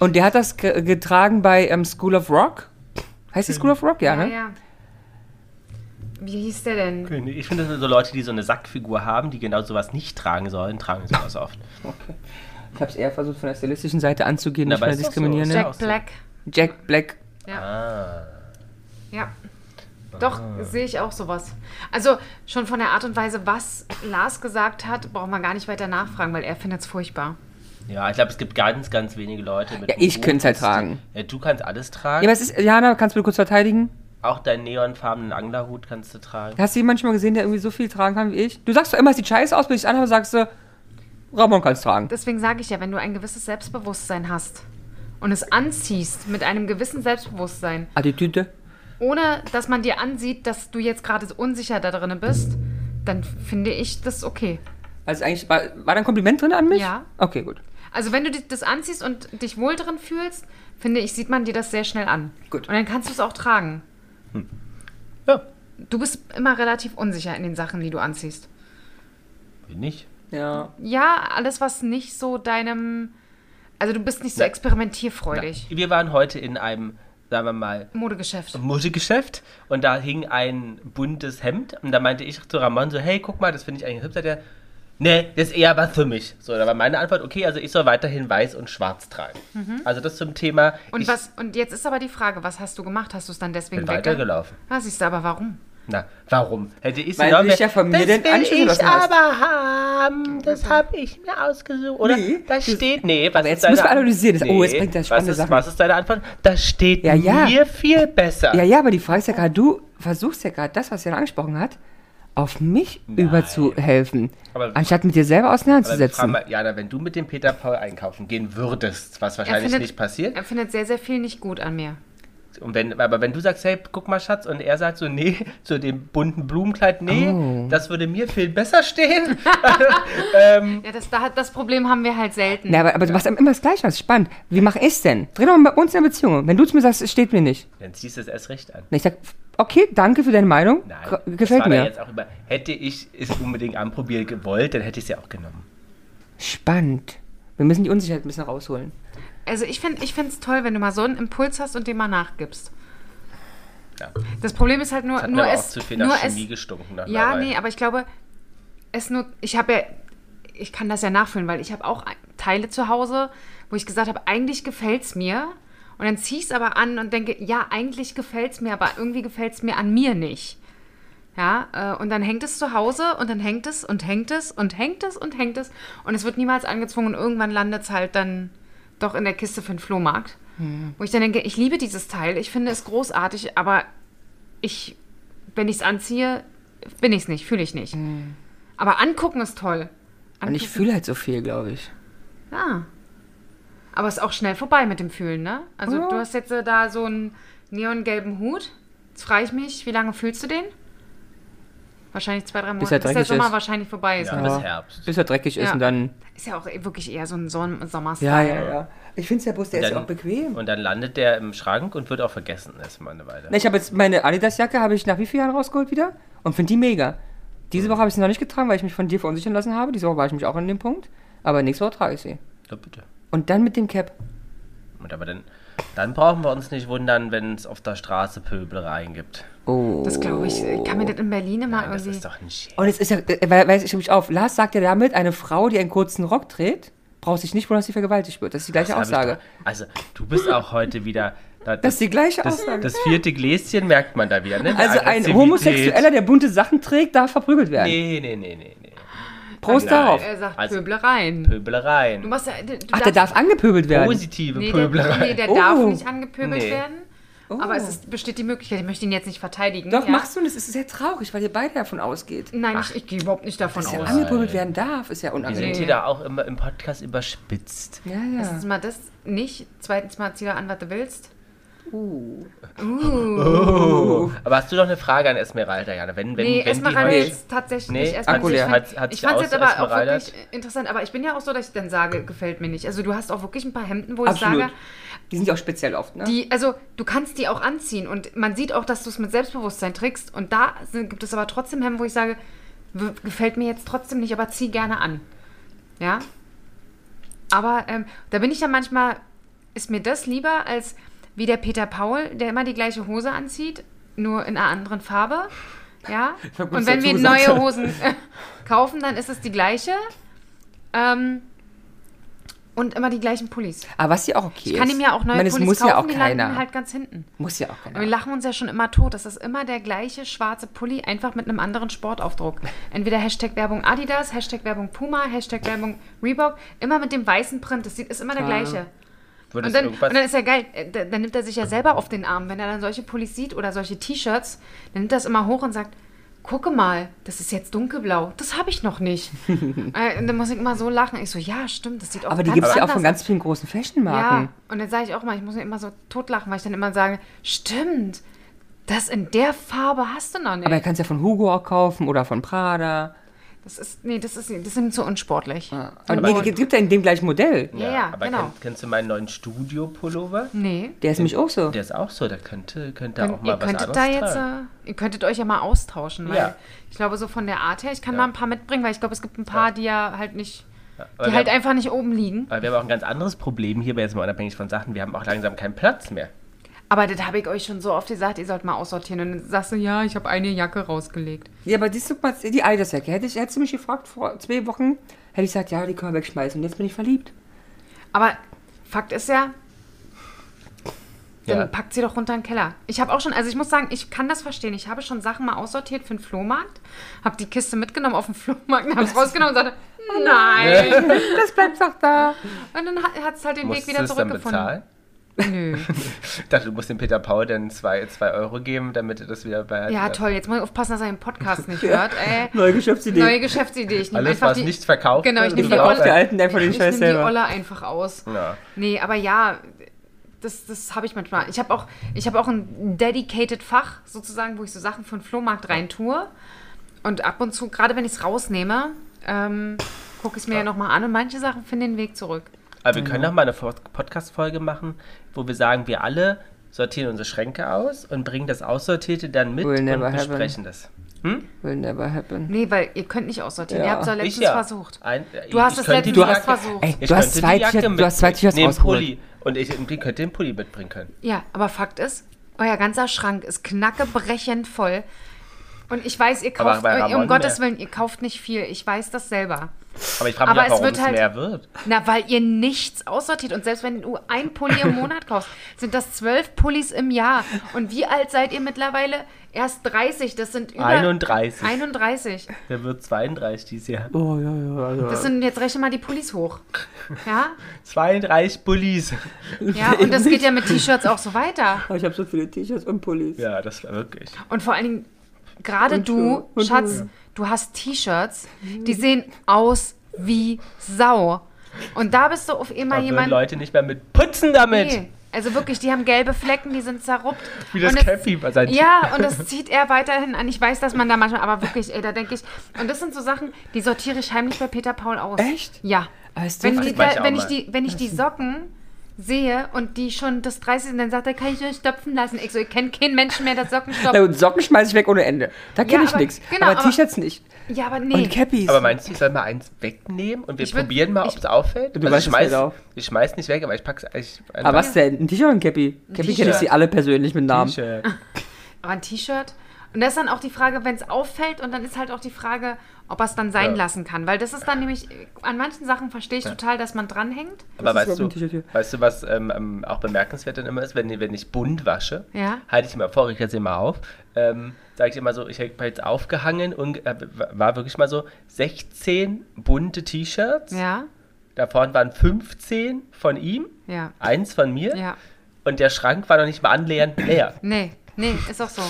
S2: und der hat das ge- getragen bei ähm, School of Rock. Heißt
S3: Hm.
S2: die School of Rock? Ja,
S1: Ja,
S2: ne?
S1: ja. Wie hieß der denn?
S3: Ich finde, das sind so Leute, die so eine Sackfigur haben, die genau sowas nicht tragen sollen, tragen sowas oft.
S2: Ich habe es eher versucht, von der stilistischen Seite anzugehen,
S3: Na,
S2: nicht
S3: aber
S2: mehr
S3: ist doch so.
S2: diskriminieren.
S3: Ist
S2: ne?
S3: ja-
S1: Jack
S3: auch so.
S1: Black.
S2: Jack Black.
S1: Ja.
S3: Ah.
S1: Doch, sehe ich auch sowas. Also schon von der Art und Weise, was Lars gesagt hat, braucht man gar nicht weiter nachfragen, weil er findet es furchtbar.
S3: Ja, ich glaube, es gibt ganz, ganz wenige Leute mit.
S2: Ja, ich könnte es halt tragen.
S3: Ja, du kannst alles tragen.
S2: Ja, aber es ist, Jana, kannst du bitte kurz verteidigen?
S3: Auch deinen neonfarbenen Anglerhut kannst du tragen.
S2: Hast du jemanden schon mal gesehen, der irgendwie so viel tragen kann wie ich? Du sagst doch immer, es sieht scheiße aus, wenn ich es anhabe, sagst du, Ramon kann es tragen.
S1: Deswegen sage ich ja, wenn du ein gewisses Selbstbewusstsein hast und es anziehst mit einem gewissen Selbstbewusstsein,
S2: Attitüde.
S1: ohne dass man dir ansieht, dass du jetzt gerade so unsicher da drin bist, dann finde ich das okay.
S2: Also eigentlich, war, war da ein Kompliment drin an mich?
S1: Ja.
S2: Okay, gut.
S1: Also wenn du di- das anziehst und dich wohl drin fühlst, finde ich, sieht man dir das sehr schnell an.
S2: Gut.
S1: Und dann kannst du es auch tragen.
S3: Hm. Ja,
S1: Du bist immer relativ unsicher in den Sachen, die du anziehst.
S3: bin ich.
S2: Ja.
S1: Ja, alles, was nicht so deinem. Also, du bist nicht so
S3: Ja. Ja.
S1: experimentierfreudig.
S3: Wir waren heute in einem, sagen wir mal,
S1: Modegeschäft.
S3: Muschelgeschäft und da hing ein buntes Hemd und da meinte ich zu Ramon so, hey, guck mal, das finde ich eigentlich hübsch. Sagt er, nee, das ist eher was für mich. So, da war meine Antwort, okay, also ich soll weiterhin weiß und schwarz tragen. Also das zum Thema,
S1: Mhm. Und,
S3: ich
S1: was, und jetzt ist aber die Frage, was hast du gemacht? Hast du es dann deswegen
S3: bin
S1: weggelaufen?
S3: weitergelaufen.
S1: Ja, siehst du, aber warum?
S3: Na, warum? Hätte ich sie
S2: Weil
S3: genommen,
S2: du dich ja von mir
S3: das
S2: den
S3: will
S2: Anschluss
S3: ich
S2: gelassen hast.
S3: aber haben, das habe ich mir ausgesucht. Oder,
S2: Nee,
S3: das steht, nee, was
S2: jetzt
S3: ist deine
S2: müssen wir
S3: Antwort?
S2: analysieren. Das- oh, jetzt bringt er spannende
S3: was ist,
S2: Sachen.
S3: Was ist deine Antwort? Das steht
S2: Ja, ja.
S3: mir viel besser.
S2: Ja, ja, aber die Frage ist ja gerade, du versuchst ja gerade das, was Jana angesprochen hat, auf mich überzuhelfen,
S3: Aber-
S2: anstatt mit dir selber
S3: Aber wir fragen
S2: auseinanderzusetzen.
S3: mal, Jana, wenn du mit dem Peter Paul einkaufen gehen würdest, was
S1: Er
S3: wahrscheinlich nicht passiert,
S1: er findet sehr, sehr viel nicht gut an mir.
S3: und wenn, aber wenn du sagst, hey, guck mal, Schatz, und er sagt so, nee, zu dem bunten Blumenkleid, nee,
S2: Oh.
S3: das würde mir viel besser stehen.
S1: Ja, das, da- das Problem haben wir halt selten.
S2: Na, aber, aber du machst immer das Gleiche, das ist spannend. Wie mache ich denn? Dreh doch mal bei uns in der Beziehung. um. Wenn du zu mir sagst, es steht mir nicht.
S3: Dann ziehst du es erst recht an.
S2: Und ich sag, okay, danke für deine Meinung,
S3: Nein,
S2: Ge-
S3: das
S2: gefällt
S3: war da
S2: mir.
S3: Jetzt auch über, hätte ich es unbedingt anprobieren gewollt, dann hätte ich es ja auch genommen.
S2: Spannend. Wir müssen die Unsicherheit ein bisschen rausholen.
S1: Also, ich finde es toll, wenn du mal so einen Impuls hast und dem mal nachgibst.
S3: Ja.
S1: Das Problem ist halt nur,
S3: Hat mir
S1: nur
S3: aber
S1: es.
S3: auch zu viel
S1: nur
S3: nach
S1: es
S3: Chemie gestunken. Nach
S1: Ja,
S3: einer Weile.
S1: nee, aber ich glaube, es nur, ich habe ja, ich kann das ja nachfühlen, weil ich habe auch Teile zu Hause, wo ich gesagt habe, eigentlich gefällt es mir. Und dann ziehe ich es aber an und denke, ja, eigentlich gefällt es mir, aber irgendwie gefällt es mir an mir nicht. Ja, äh, und dann hängt es zu Hause und dann hängt es und hängt es und hängt es und hängt es und es wird niemals angezwungen und irgendwann landet es halt dann doch in der Kiste für den Flohmarkt. Wo ich dann denke, ich liebe dieses Teil, ich finde es großartig, aber ich, wenn ich es anziehe, bin ich es nicht, fühle ich nicht. Aber angucken ist toll.
S2: Und Hm. ich fühle halt so viel, glaube ich.
S1: Ja. Aber es ist auch schnell vorbei mit dem Fühlen, ne? Also du hast jetzt äh, da so einen neongelben Hut. Jetzt frage ich mich, wie lange fühlst du den? Wahrscheinlich zwei, drei Monate.
S2: er
S1: der
S2: dreckig
S1: Sommer
S2: ist.
S1: vorbei vorbei ist.
S3: Ja,
S1: ne?
S3: bis Herbst.
S2: Bis er dreckig ist
S1: Ja.
S2: und dann.
S1: Ist ja auch wirklich eher so ein Son Sommerstyle.
S2: Ja, ja, ja. Ich finde es ja bloß, der ist
S3: Dann-
S2: ja auch bequem.
S3: Und dann landet der im Schrank und wird auch vergessen erstmal eine Weile.
S2: Na, ich habe jetzt meine Adidas-Jacke, habe ich nach wie vielen Jahren rausgeholt wieder und finde die mega. Diese Woche habe ich sie noch nicht getragen, weil ich mich von dir verunsichern lassen habe. Diese Woche war ich mich auch an dem Punkt. Aber nächste Woche trage ich sie.
S3: Ja, bitte.
S2: Und dann mit dem Cap.
S3: Und aber dann, dann brauchen wir uns nicht wundern, wenn es auf der Straße Pöbelereien gibt.
S2: Oh.
S1: Das glaube ich, ich kann mir das in Berlin
S2: Ah,
S1: immer
S3: Nein, das
S1: irgendwie.
S3: ist doch ein Scherz.
S2: Und es ist ja, äh, weil, weil ich mich auf, Lars sagt ja damit, eine Frau, die einen kurzen Rock trägt, braucht sich nicht wundern, dass sie vergewaltigt wird. Das ist die gleiche
S3: Das hab ich
S2: Aussage.
S3: doch- Also, du bist auch heute wieder. Da,
S2: Das ist die gleiche
S3: das,
S2: Aussage.
S3: das vierte Gläschen merkt man da wieder, ne? Die
S2: also ein
S3: Aggressivität.
S2: Homosexueller, der bunte Sachen trägt, darf verprügelt werden.
S3: Nee, nee, nee, nee, nee.
S2: Prost
S3: Nein.
S2: darauf.
S1: er sagt
S3: Also-
S1: Pöbelereien. Du
S3: Pöbelereien.
S1: machst ja, du
S2: Ach, der darf angepöbelt werden.
S3: Positive
S1: nee, der, nee,
S3: Pöbelereien.
S1: der
S2: Oh.
S1: darf nicht angepöbelt
S3: Nee.
S1: werden. Aber es ist, besteht die Möglichkeit, ich möchte ihn jetzt nicht verteidigen.
S2: Doch,
S1: ja.
S2: machst du und es ist sehr traurig, weil ihr beide davon ausgeht.
S1: Nein, ich, ich gehe überhaupt nicht davon
S2: Dass
S3: Oh,
S2: er
S1: aus.
S2: angepöbelt werden darf, ist ja
S3: Wir
S2: unangenehm.
S3: sind hier da auch immer im Podcast überspitzt.
S2: Ja, ja.
S1: Erstens mal das nicht, zweitens mal zieh da an, was du willst.
S2: Uh.
S3: Aber hast du noch eine Frage an Esmeralda, Jana? Wenn, wenn,
S1: Nee,
S3: wenn
S1: erstmal
S3: die
S1: rein
S3: heute-
S1: jetzt tatsächlich
S3: Nee,
S1: nicht. Erstmal
S2: Akku
S1: ich
S2: leer.
S1: fand,
S3: Hat- hat
S1: ich
S3: sich
S1: fand's jetzt
S3: aus-
S1: aber auch
S3: ausgereitert.
S1: wirklich interessant. Aber ich bin ja auch so, dass ich dann sage, gefällt mir nicht. Also du hast auch wirklich ein paar Hemden, wo
S2: Absolut.
S1: ich sage,
S2: Die sind ja auch speziell oft, ne?
S1: Die, also du kannst die auch anziehen und man sieht auch, dass du es mit Selbstbewusstsein trägst. Und da sind, gibt es aber trotzdem Hemden, wo ich sage, w- gefällt mir jetzt trotzdem nicht, aber zieh gerne an. Ja. Aber ähm, da bin ich dann manchmal, ist mir das lieber als wie der Peter Paul, der immer die gleiche Hose anzieht, nur in einer anderen Farbe. Ja.
S2: hab gut,
S1: Und
S2: dass
S1: wenn
S2: du
S1: wir
S2: gesagt
S1: neue
S2: hast.
S1: Hosen äh, kaufen, dann ist es die gleiche. Ähm, und immer die gleichen Pullis.
S2: Aber was ja auch okay
S1: Ich kann
S2: ist.
S1: ihm ja auch neue
S2: Ich meine, es
S1: Pullis
S2: muss
S1: kaufen,
S2: ja auch
S1: die
S2: keiner.
S1: landen halt ganz hinten.
S2: Muss ja auch
S1: Aber wir
S2: keiner.
S1: lachen uns ja schon immer tot. Das ist immer der gleiche schwarze Pulli, einfach mit einem anderen Sportaufdruck. Entweder Hashtag Werbung Adidas, Hashtag Werbung Puma, Hashtag Werbung Reebok. Immer mit dem weißen Print. Das sieht- ist immer der gleiche.
S3: Würdest
S1: Und dann,
S3: du
S1: und
S3: irgendwas-
S1: dann ist ja geil, äh, da- dann nimmt er sich ja selber auf den Arm. Wenn er dann solche Pullis sieht oder solche T-Shirts, dann nimmt er es immer hoch und sagt, gucke mal, das ist jetzt dunkelblau. Das habe ich noch nicht. äh, und dann muss ich immer so lachen. Ich so, ja, stimmt, das sieht auch
S2: Aber die
S1: ganz
S2: gibt es ja auch
S1: anders
S2: von ganz vielen großen Fashionmarken.
S1: ja, und dann sage ich auch mal, ich muss mir immer so totlachen, weil ich dann immer sage, stimmt, das in der Farbe hast du noch nicht.
S2: Aber ihr kannst ja von Hugo auch kaufen oder von Prada.
S1: das ist, nee, das ist, das sind so unsportlich.
S2: Und nee, die gibt ja in dem gleichen Modell.
S1: Ja, ja,
S3: aber
S1: genau.
S3: kenn, kennst du meinen neuen Studio-Pullover? Hm,
S1: Nee,
S2: Der ist nämlich auch so.
S3: Der ist auch so, da könnte, könnte auch mal
S1: ihr
S3: was
S1: könntet
S3: anderes
S1: da jetzt,
S3: tragen.
S1: äh, ihr könntet euch ja mal austauschen, weil
S3: Ja.
S1: ich glaube, so von der Art her, ich kann
S3: Ja.
S1: mal ein paar mitbringen, weil ich glaube, es gibt ein paar, die ja halt nicht,
S3: Aber
S1: die
S3: wir
S1: halt
S3: haben-
S1: einfach nicht oben liegen.
S3: Aber wir haben auch ein ganz anderes Problem hier, aber jetzt mal unabhängig von Sachen. Wir haben auch langsam keinen Platz mehr.
S1: Aber das habe ich euch schon so oft gesagt, ihr sollt mal aussortieren. Und dann sagst du, ja, ich habe eine Jacke rausgelegt.
S2: Ja, aber siehst du mal, die Altersjacke. Hätte ich, hättest du mich gefragt vor zwei Wochen, hätte ich gesagt, ja, die können wir wegschmeißen. Und jetzt bin ich verliebt.
S1: Aber Fakt ist ja, dann
S3: Ja.
S1: packt sie doch runter in den Keller. Ich habe auch schon, also ich muss sagen, ich kann das verstehen. Ich habe schon Sachen mal aussortiert für den Flohmarkt, habe die Kiste mitgenommen auf den Flohmarkt, habe es rausgenommen und sagte, nein.
S2: Das bleibt doch da.
S1: Und dann hat es halt den Weg
S3: Musstest
S1: wieder
S3: du es dann
S1: zurückgefunden.
S3: bezahlen?
S1: Nö.
S3: Ich dachte, du musst dem Peter Paul dann 2 zwei, zwei Euro geben, damit er das wieder bei...
S1: Ja, toll. Jetzt muss ich aufpassen, dass er den Podcast nicht hört. Ey.
S2: Neue Geschäftsidee.
S1: Neue Geschäftsidee. Ich nehme
S3: Alles,
S1: einfach
S3: was
S1: die,
S3: nicht verkauft
S1: Genau, ich
S3: wird,
S1: nehm
S2: Die
S1: die
S3: wird
S2: auf
S1: Olle-
S2: der
S3: verkauft.
S2: alten einfach den
S1: ich nehme
S2: Scheiß
S1: die
S2: selber.
S1: Olle einfach aus.
S3: Ja.
S1: Nee, aber ja, das, das habe ich manchmal. Ich habe auch, ich hab auch ein dedicated Fach sozusagen, wo ich so Sachen von Flohmarkt rein tue. Und ab und zu, gerade wenn ich es rausnehme, ähm, gucke ich es mir ja, noch nochmal an und manche Sachen finden den Weg zurück.
S3: Aber wir können noch mal eine Pod- Podcast-Folge machen, wo wir sagen, wir alle sortieren unsere Schränke aus und bringen das Aussortierte dann mit
S2: Will never
S3: und
S2: happen.
S3: besprechen das.
S2: Will never happen.
S1: Nee, weil ihr könnt nicht aussortieren. Ihr
S2: Ja.
S1: habt es doch letztens
S3: ja.
S1: versucht.
S3: Ein,
S1: Du hast es letztens
S2: du hast-
S1: versucht.
S2: Ey, du hast, zwei T-Shirts- du hast zwei T-Shirts rausgeholt.
S3: Pulli. Und ich, und ihr könnt den Pulli mitbringen können.
S1: Ja, aber Fakt ist, euer ganzer Schrank ist knackebrechend voll. Und ich weiß, ihr
S3: Aber
S1: kauft,
S3: bei Ramon
S1: um Gottes
S3: mehr.
S1: Willen, ihr kauft nicht viel. Ich weiß das selber.
S3: Aber ich frage
S1: Aber
S3: mich, auch,
S1: es
S3: warum
S1: wird
S3: es
S1: halt-
S3: mehr wird.
S1: Na, weil ihr nichts aussortiert. Und selbst wenn du ein Pulli im Monat kaufst, sind das zwölf Pullis im Jahr. Und wie alt seid ihr mittlerweile? Erst 30. Das sind über
S3: 31.
S1: 31.
S3: Der wird 32 dieses Jahr.
S2: Oh, ja, ja, ja.
S1: Das sind, jetzt rechne mal die Pullis hoch. Ja?
S3: 32 Bullis.
S1: Ja, und das geht ja mit T-Shirts auch so weiter.
S2: Oh, Ich habe so viele T-Shirts und Pullis.
S3: Ja, das war wirklich.
S1: Und vor allen Dingen, gerade
S2: Und
S1: du,
S2: Schuhe. Und
S1: Schatz,
S2: Schuhe.
S1: du hast T-Shirts, die sehen aus wie Sau. Und da bist du auf
S3: Da
S1: immer
S3: würden
S1: jemand.
S3: Leute nicht mehr mit putzen damit.
S1: Nee. Also wirklich, die haben gelbe Flecken, die sind zerruppt.
S3: Wie das
S1: Und es-
S3: Cappy bei seinen
S1: Ja, und das zieht er weiterhin an. Ich weiß, dass man da manchmal, aber wirklich, ey, da denke ich. Und das sind so Sachen, die sortiere ich heimlich bei Peter Paul aus.
S2: Echt?
S1: Ja.
S3: Äh,
S2: Aber ist
S1: Wenn,
S2: doch-
S1: die,
S3: Das mach ich auch Hm.
S1: wenn, ich
S3: mal.
S1: die, wenn ich die Socken sehe und die schon das 30 sind, dann sagt er, kann ich euch stopfen lassen. Ich so, ich kenne keinen Menschen mehr, der Socken
S2: Na
S1: stopft.
S2: gut, Socken schmeiß ich weg ohne Ende. Da kenne
S1: Ja,
S2: ich
S1: aber-
S2: nichts.
S1: genau,
S2: aber
S1: aber-
S2: T-Shirts nicht.
S1: Ja, aber nee.
S2: Und Cappies.
S3: Aber meinst du, ich soll mal eins wegnehmen und wir
S1: Ich würd-
S3: probieren mal,
S1: ich-
S3: ob es auffällt? Also
S2: Du weißt,
S3: ich
S2: es
S3: schmeiß,
S2: fällt auf.
S3: ich schmeiß nicht weg, aber ich pack's eigentlich
S2: aber was denn? Ein T-Shirt und ein Cappy? Cappy kenne ich
S3: T-Shirt.
S2: sie alle persönlich mit Namen.
S3: T-Shirt.
S1: Aber ein T-Shirt. Und das ist dann auch die Frage, wenn es auffällt, und dann ist halt auch die Frage, ob er es dann sein
S3: Ja.
S1: lassen kann. Weil das ist dann nämlich, äh, an manchen Sachen verstehe ich total, dass man dranhängt.
S3: Aber
S2: Das ist
S3: weißt du,
S2: überhaupt ein T-Shirt hier.
S3: weißt du, was ähm, ähm, auch bemerkenswert dann immer ist, wenn, wenn ich bunt wasche,
S1: Ja.
S3: halte ich immer vor, ich jetzt immer auf, ähm, sage ich immer so, ich habe jetzt aufgehangen und äh, war wirklich mal so 16 bunte T-Shirts,
S1: Ja,
S3: davon waren 15 von ihm,
S1: ja,
S3: eins von mir
S1: ja.
S3: und der Schrank war noch nicht mal annähernd leer.
S1: Nee, nee, ist auch so.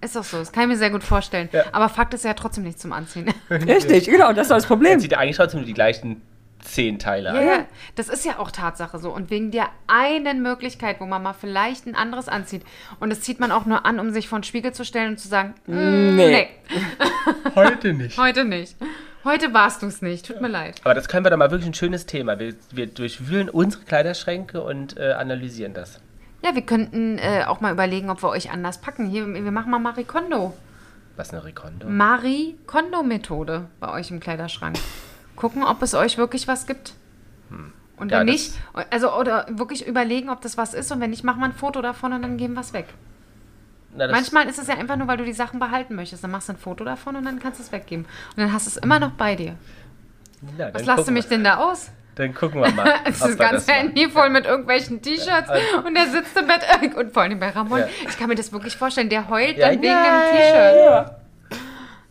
S1: Ist auch so. Das kann ich mir sehr gut vorstellen.
S3: Ja.
S1: Aber Fakt ist ja trotzdem nicht zum Anziehen.
S2: Richtig, genau, das war das
S3: Dann
S2: Problem.
S3: sieht er eigentlich trotzdem nur die gleichen 10 Teile
S1: Ja,
S3: an.
S1: ja. Das ist ja auch Tatsache so. Und wegen der einen Möglichkeit, wo man mal vielleicht ein anderes anzieht. Und das zieht man auch nur an, um sich vor den Spiegel zu stellen und zu sagen, mm,
S2: Nee.
S1: nee.
S3: Heute nicht.
S1: heute nicht. Heute warst du es nicht. Tut mir leid.
S3: Aber das können wir doch mal wirklich ein schönes Thema. Wir, wir durchwühlen unsere Kleiderschränke und äh, analysieren das.
S1: Ja, wir könnten äh, auch mal überlegen, ob wir euch anders packen. Hier, wir machen mal Marie Kondo.
S3: Was eine Rekondo.
S1: Hm, Marie Kondo-Methode bei euch im Kleiderschrank. Gucken, ob es euch wirklich was gibt. Und
S3: Hm. Ja,
S1: wenn
S3: das-
S1: nicht, also oder wirklich überlegen, ob das was ist. Und wenn nicht, machen wir ein Foto davon und dann geben wir es weg.
S3: Na, das-
S1: Manchmal ist es ja einfach nur, weil du die Sachen behalten möchtest. Dann machst du ein Foto davon und dann kannst du es weggeben. Und dann hast du es immer noch bei dir.
S3: na, dann
S1: Was lasst du
S3: gucken
S1: mich
S3: wir-
S1: denn da aus?
S3: Dann gucken wir mal.
S1: Es
S3: ob
S1: ist
S3: wir
S1: ganz
S3: das machen.
S1: Handy voll mit irgendwelchen T-Shirts und der sitzt im Bett und vor allem bei Ramon.
S3: also Ja.
S1: Ich kann mir das wirklich vorstellen, der heult
S3: Ja,
S1: dann wegen
S3: ja,
S1: dem T-Shirt. Ah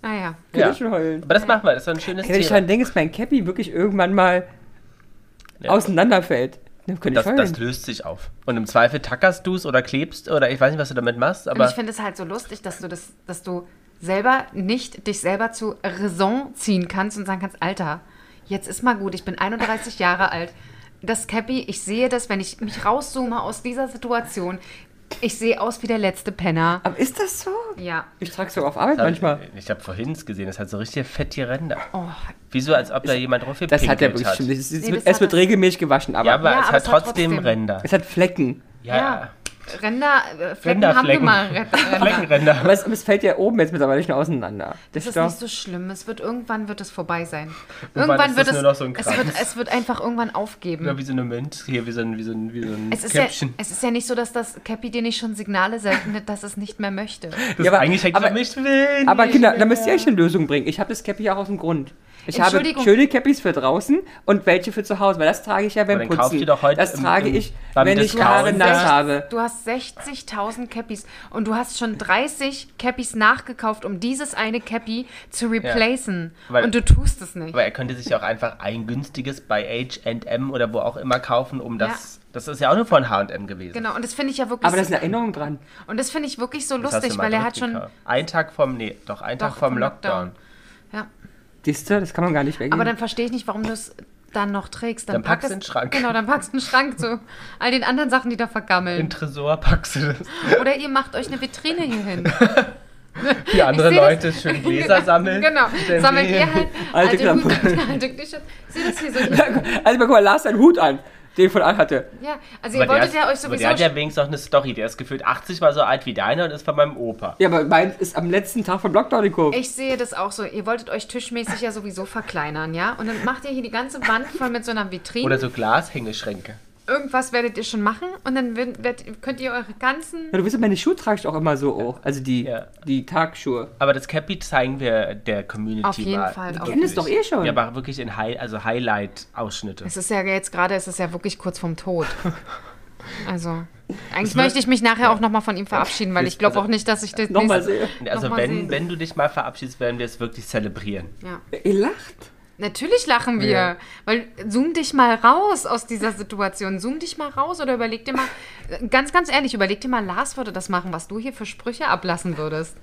S1: Naja.
S2: Könnte
S3: Ja.
S2: ich schon heulen.
S3: Aber das machen wir, das ist doch ein schönes
S2: Wenn ich
S3: Thema.
S2: daran denke, dass mein Cappy wirklich irgendwann mal
S3: Ja.
S2: auseinanderfällt, dann könnte
S3: Das,
S2: ich heulen.
S3: das löst sich auf. Und im Zweifel tackerst du es oder klebst oder ich weiß nicht, was du damit machst,
S1: Und ich
S3: aber
S1: finde es halt so lustig, dass du das, dass du selber nicht dich selber zu Raison ziehen kannst und sagen kannst, Alter, jetzt ist mal gut, ich bin 31 Jahre alt. Das Cappy, ich sehe das, wenn ich mich rauszoome aus dieser Situation, ich sehe aus wie der letzte Penner.
S2: Aber ist das so?
S1: Ja.
S2: Ich trage es sogar auf Arbeit
S3: Das hab
S2: manchmal.
S3: ich, ich habe vorhin es gesehen, das hat so richtig fette Ränder.
S1: Oh,
S3: Wieso, als ob da jemand drauf
S2: Das hat er
S3: gepinkelt
S2: wirklich
S3: hat.
S2: stimmt. Es, ist- es
S1: Nee,
S2: wird,
S1: das
S2: es wird
S1: hat er-
S2: regelmäßig gewaschen, aber
S3: Ja, aber
S1: Ja,
S3: es
S1: aber
S3: hat
S1: es hat
S3: trotzdem,
S1: trotzdem-
S3: Ränder.
S2: es hat Flecken.
S3: Ja, ja.
S1: Ränder, äh, Flecken haben wir
S3: Ränderflecken.
S1: mal. Ränder.
S3: Fleckenränder.
S2: Aber es, es fällt ja oben jetzt mittlerweile nicht mehr auseinander.
S1: Das ist
S2: doch-
S1: nicht so schlimm. Es wird irgendwann wird es vorbei sein.
S3: Irgendwann
S1: Irgendwann
S3: ist
S1: wird
S3: das
S1: es,
S3: nur noch so ein
S1: es
S3: Kranz.
S1: wird es wird einfach irgendwann aufgeben.
S3: Ja, wie so eine Münze hier, wie so ein, wie so ein, wie so ein
S1: Es ist, ja,
S3: Käppchen.
S1: es ist ja nicht so, dass das Cappy dir nicht schon Signale sendet, dass es nicht mehr möchte.
S3: das
S2: Ja, aber-
S3: eingeschenkt
S2: aber-
S3: für mich will.
S2: Aber
S3: nicht
S2: Kinder,
S3: mehr.
S2: da müsst ihr euch eine Lösung bringen. Ich habe das Cappy auch aus dem Grund. Ich habe
S1: Entschuldigung.
S2: schöne Cappies für draußen und welche für zu Hause, weil das trage ich ja beim
S3: Aber dann
S2: Putzen.
S3: kauft ihr doch heute
S2: das
S3: im-
S2: trage
S3: im-
S2: ich,
S3: beim
S2: wenn ich
S3: Discount.
S2: Haare nass
S3: Ja.
S2: habe.
S1: Du hast 60.000 Cappies und du hast schon 30 Cappies nachgekauft, um dieses eine Cappy zu replacen.
S3: Weil-
S1: und du tust es nicht.
S3: Aber er könnte sich ja auch einfach ein günstiges bei H&M oder wo auch immer kaufen, um das... Das ist ja auch nur von H&M gewesen.
S1: Genau, und das finde ich ja wirklich
S2: Aber da ist
S1: so,
S2: eine Erinnerung dran.
S1: und das finde ich wirklich so
S3: Das hast du
S1: lustig,
S3: mal
S1: weil er hat schon
S3: zurückgekauft. Einen Tag vom... Nee, doch, einen Tag
S1: Doch,
S3: vom
S1: vom
S3: Lockdown.
S1: Lockdown. ja,
S2: Diste, das kann man gar nicht weggeben.
S1: aber dann verstehe ich nicht, warum du es dann noch trägst, dann,
S3: Mhm. Dann
S1: pack
S3: packst du
S1: es-
S3: in den Schrank.
S1: Genau, dann packst du einen Schrank zu all den anderen Sachen, die da
S3: Im
S1: vergammeln.
S3: Tresor packst du das.
S1: Oder ihr macht euch eine Vitrine hier hin.
S3: Die anderen
S1: seh das-
S3: Leute schön Gläser sammeln.
S1: Genau,
S3: Dann
S1: sammelt
S3: sehen-
S1: ihr halt
S2: Alte
S1: alte
S2: Klamotten.
S1: Hüte, alte T-Shirts. Seht das hier so?
S2: also guck mal, Lars seinen Hut an, den ich von an hatte.
S1: Ja, also
S3: Aber
S1: ihr
S3: der
S1: wolltet
S3: hat-
S1: ja euch
S3: aber
S1: sowieso...
S3: Der hat ja wenigstens noch eine Story. Der ist gefühlt 80 Mal so alt wie deiner und ist von meinem Opa.
S2: Ja, aber mein ist am letzten Tag vom Lockdown gekommen.
S1: ich sehe das auch so. Ihr wolltet euch tischmäßig ja sowieso verkleinern, ja? Und dann macht ihr hier die ganze Wand voll mit so einer Vitrine.
S3: Oder so Glashängeschränke.
S1: irgendwas werdet ihr schon machen und dann werd, werd, könnt ihr eure ganzen.
S2: Ja, du weißt, meine Schuhe trage ich auch immer so auch. Also die,
S3: Ja.
S2: die Tagschuhe.
S3: Aber das Cappy zeigen wir der Community
S1: Auf jeden
S3: mal.
S1: Fall, auf
S3: Wirklich.
S2: jeden Fall. Doch eh schon.
S3: Ja, aber wirklich in Hi also Highlight-Ausschnitte.
S1: Es ist ja jetzt gerade, es ist ja wirklich kurz vorm Tod. Also, eigentlich
S3: wird-
S1: möchte ich mich nachher auch nochmal von ihm verabschieden, weil
S3: Jetzt-
S1: ich glaube
S3: also-
S1: auch nicht, dass ich das
S2: Nochmal
S1: nächste-
S2: sehe.
S3: Also
S1: Nochmal sehen.
S3: wenn, wenn du dich mal verabschiedest, werden wir es wirklich zelebrieren.
S1: Ja.
S2: Ihr lacht.
S1: Natürlich lachen wir,
S3: Ja.
S1: weil zoom dich mal raus aus dieser Situation. Zoom dich mal raus oder überleg dir mal, ganz, ganz ehrlich, überleg dir mal, Lars würde das machen, was du hier für Sprüche ablassen würdest.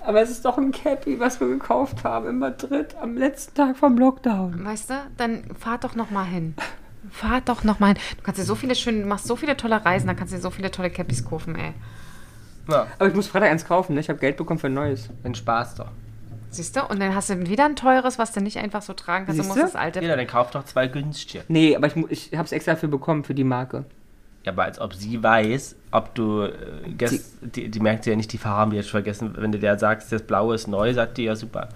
S2: Aber es ist doch ein Cappy, was wir gekauft haben im Madrid am letzten Tag vom Lockdown.
S1: Weißt du, dann fahr doch nochmal hin. Fahr doch nochmal hin. Du kannst dir so viele schöne, machst so viele tolle Reisen, dann kannst du dir so viele tolle Cappies kaufen, ey.
S3: Ja,
S2: Aber ich muss Freitag eins kaufen, ne? Ich habe Geld bekommen für ein neues.
S3: dann Spaß doch.
S1: Siehst du? Und dann hast du wieder ein teures, was du nicht einfach so tragen kannst. Du
S2: Siehst
S1: musst
S2: du?
S1: das alte.
S3: Ja, dann kauf doch zwei günstige.
S2: Nee, aber ich, mu- ich habe es extra für bekommen, für die Marke.
S3: Ja, aber als ob sie weiß, ob du äh, gest, die, die merkt sie ja nicht, die Farbe haben wir jetzt schon vergessen. Wenn du der sagst, das Blaue ist neu, sagt die ja super.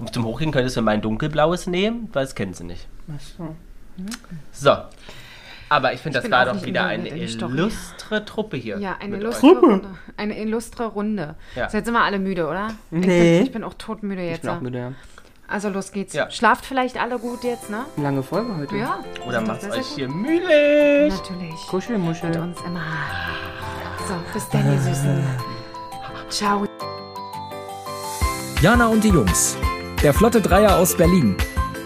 S3: Und zum Hochgehen könntest du mein dunkelblaues nehmen, weil das kennen sie nicht.
S2: Achso.
S3: So. Aber ich finde, das
S1: bin
S3: war
S1: auch
S3: doch
S1: nicht
S3: wieder eine
S1: involviert in die Story.
S3: illustre Truppe hier.
S1: Ja, eine
S3: mit
S1: illustre Runde. Eine illustre Runde.
S3: Ja.
S1: So, jetzt sind wir alle müde, oder? Ich
S2: Nee.
S1: bin, ich bin auch todmüde jetzt.
S2: Ich bin auch müde. ja.
S1: Also los geht's.
S3: Ja.
S1: Schlaft vielleicht alle gut jetzt, ne?
S2: Eine lange Folge heute.
S1: Ja.
S3: euch. Oder macht
S1: Sehr, sehr
S3: euch
S1: gut.
S3: hier mühlich.
S1: Natürlich. Mit
S2: Kuschelmuschel.
S1: uns immer. So, bis dann, ihr Süßen. Ciao.
S4: Jana und die Jungs. Der Flotte Dreier aus Berlin.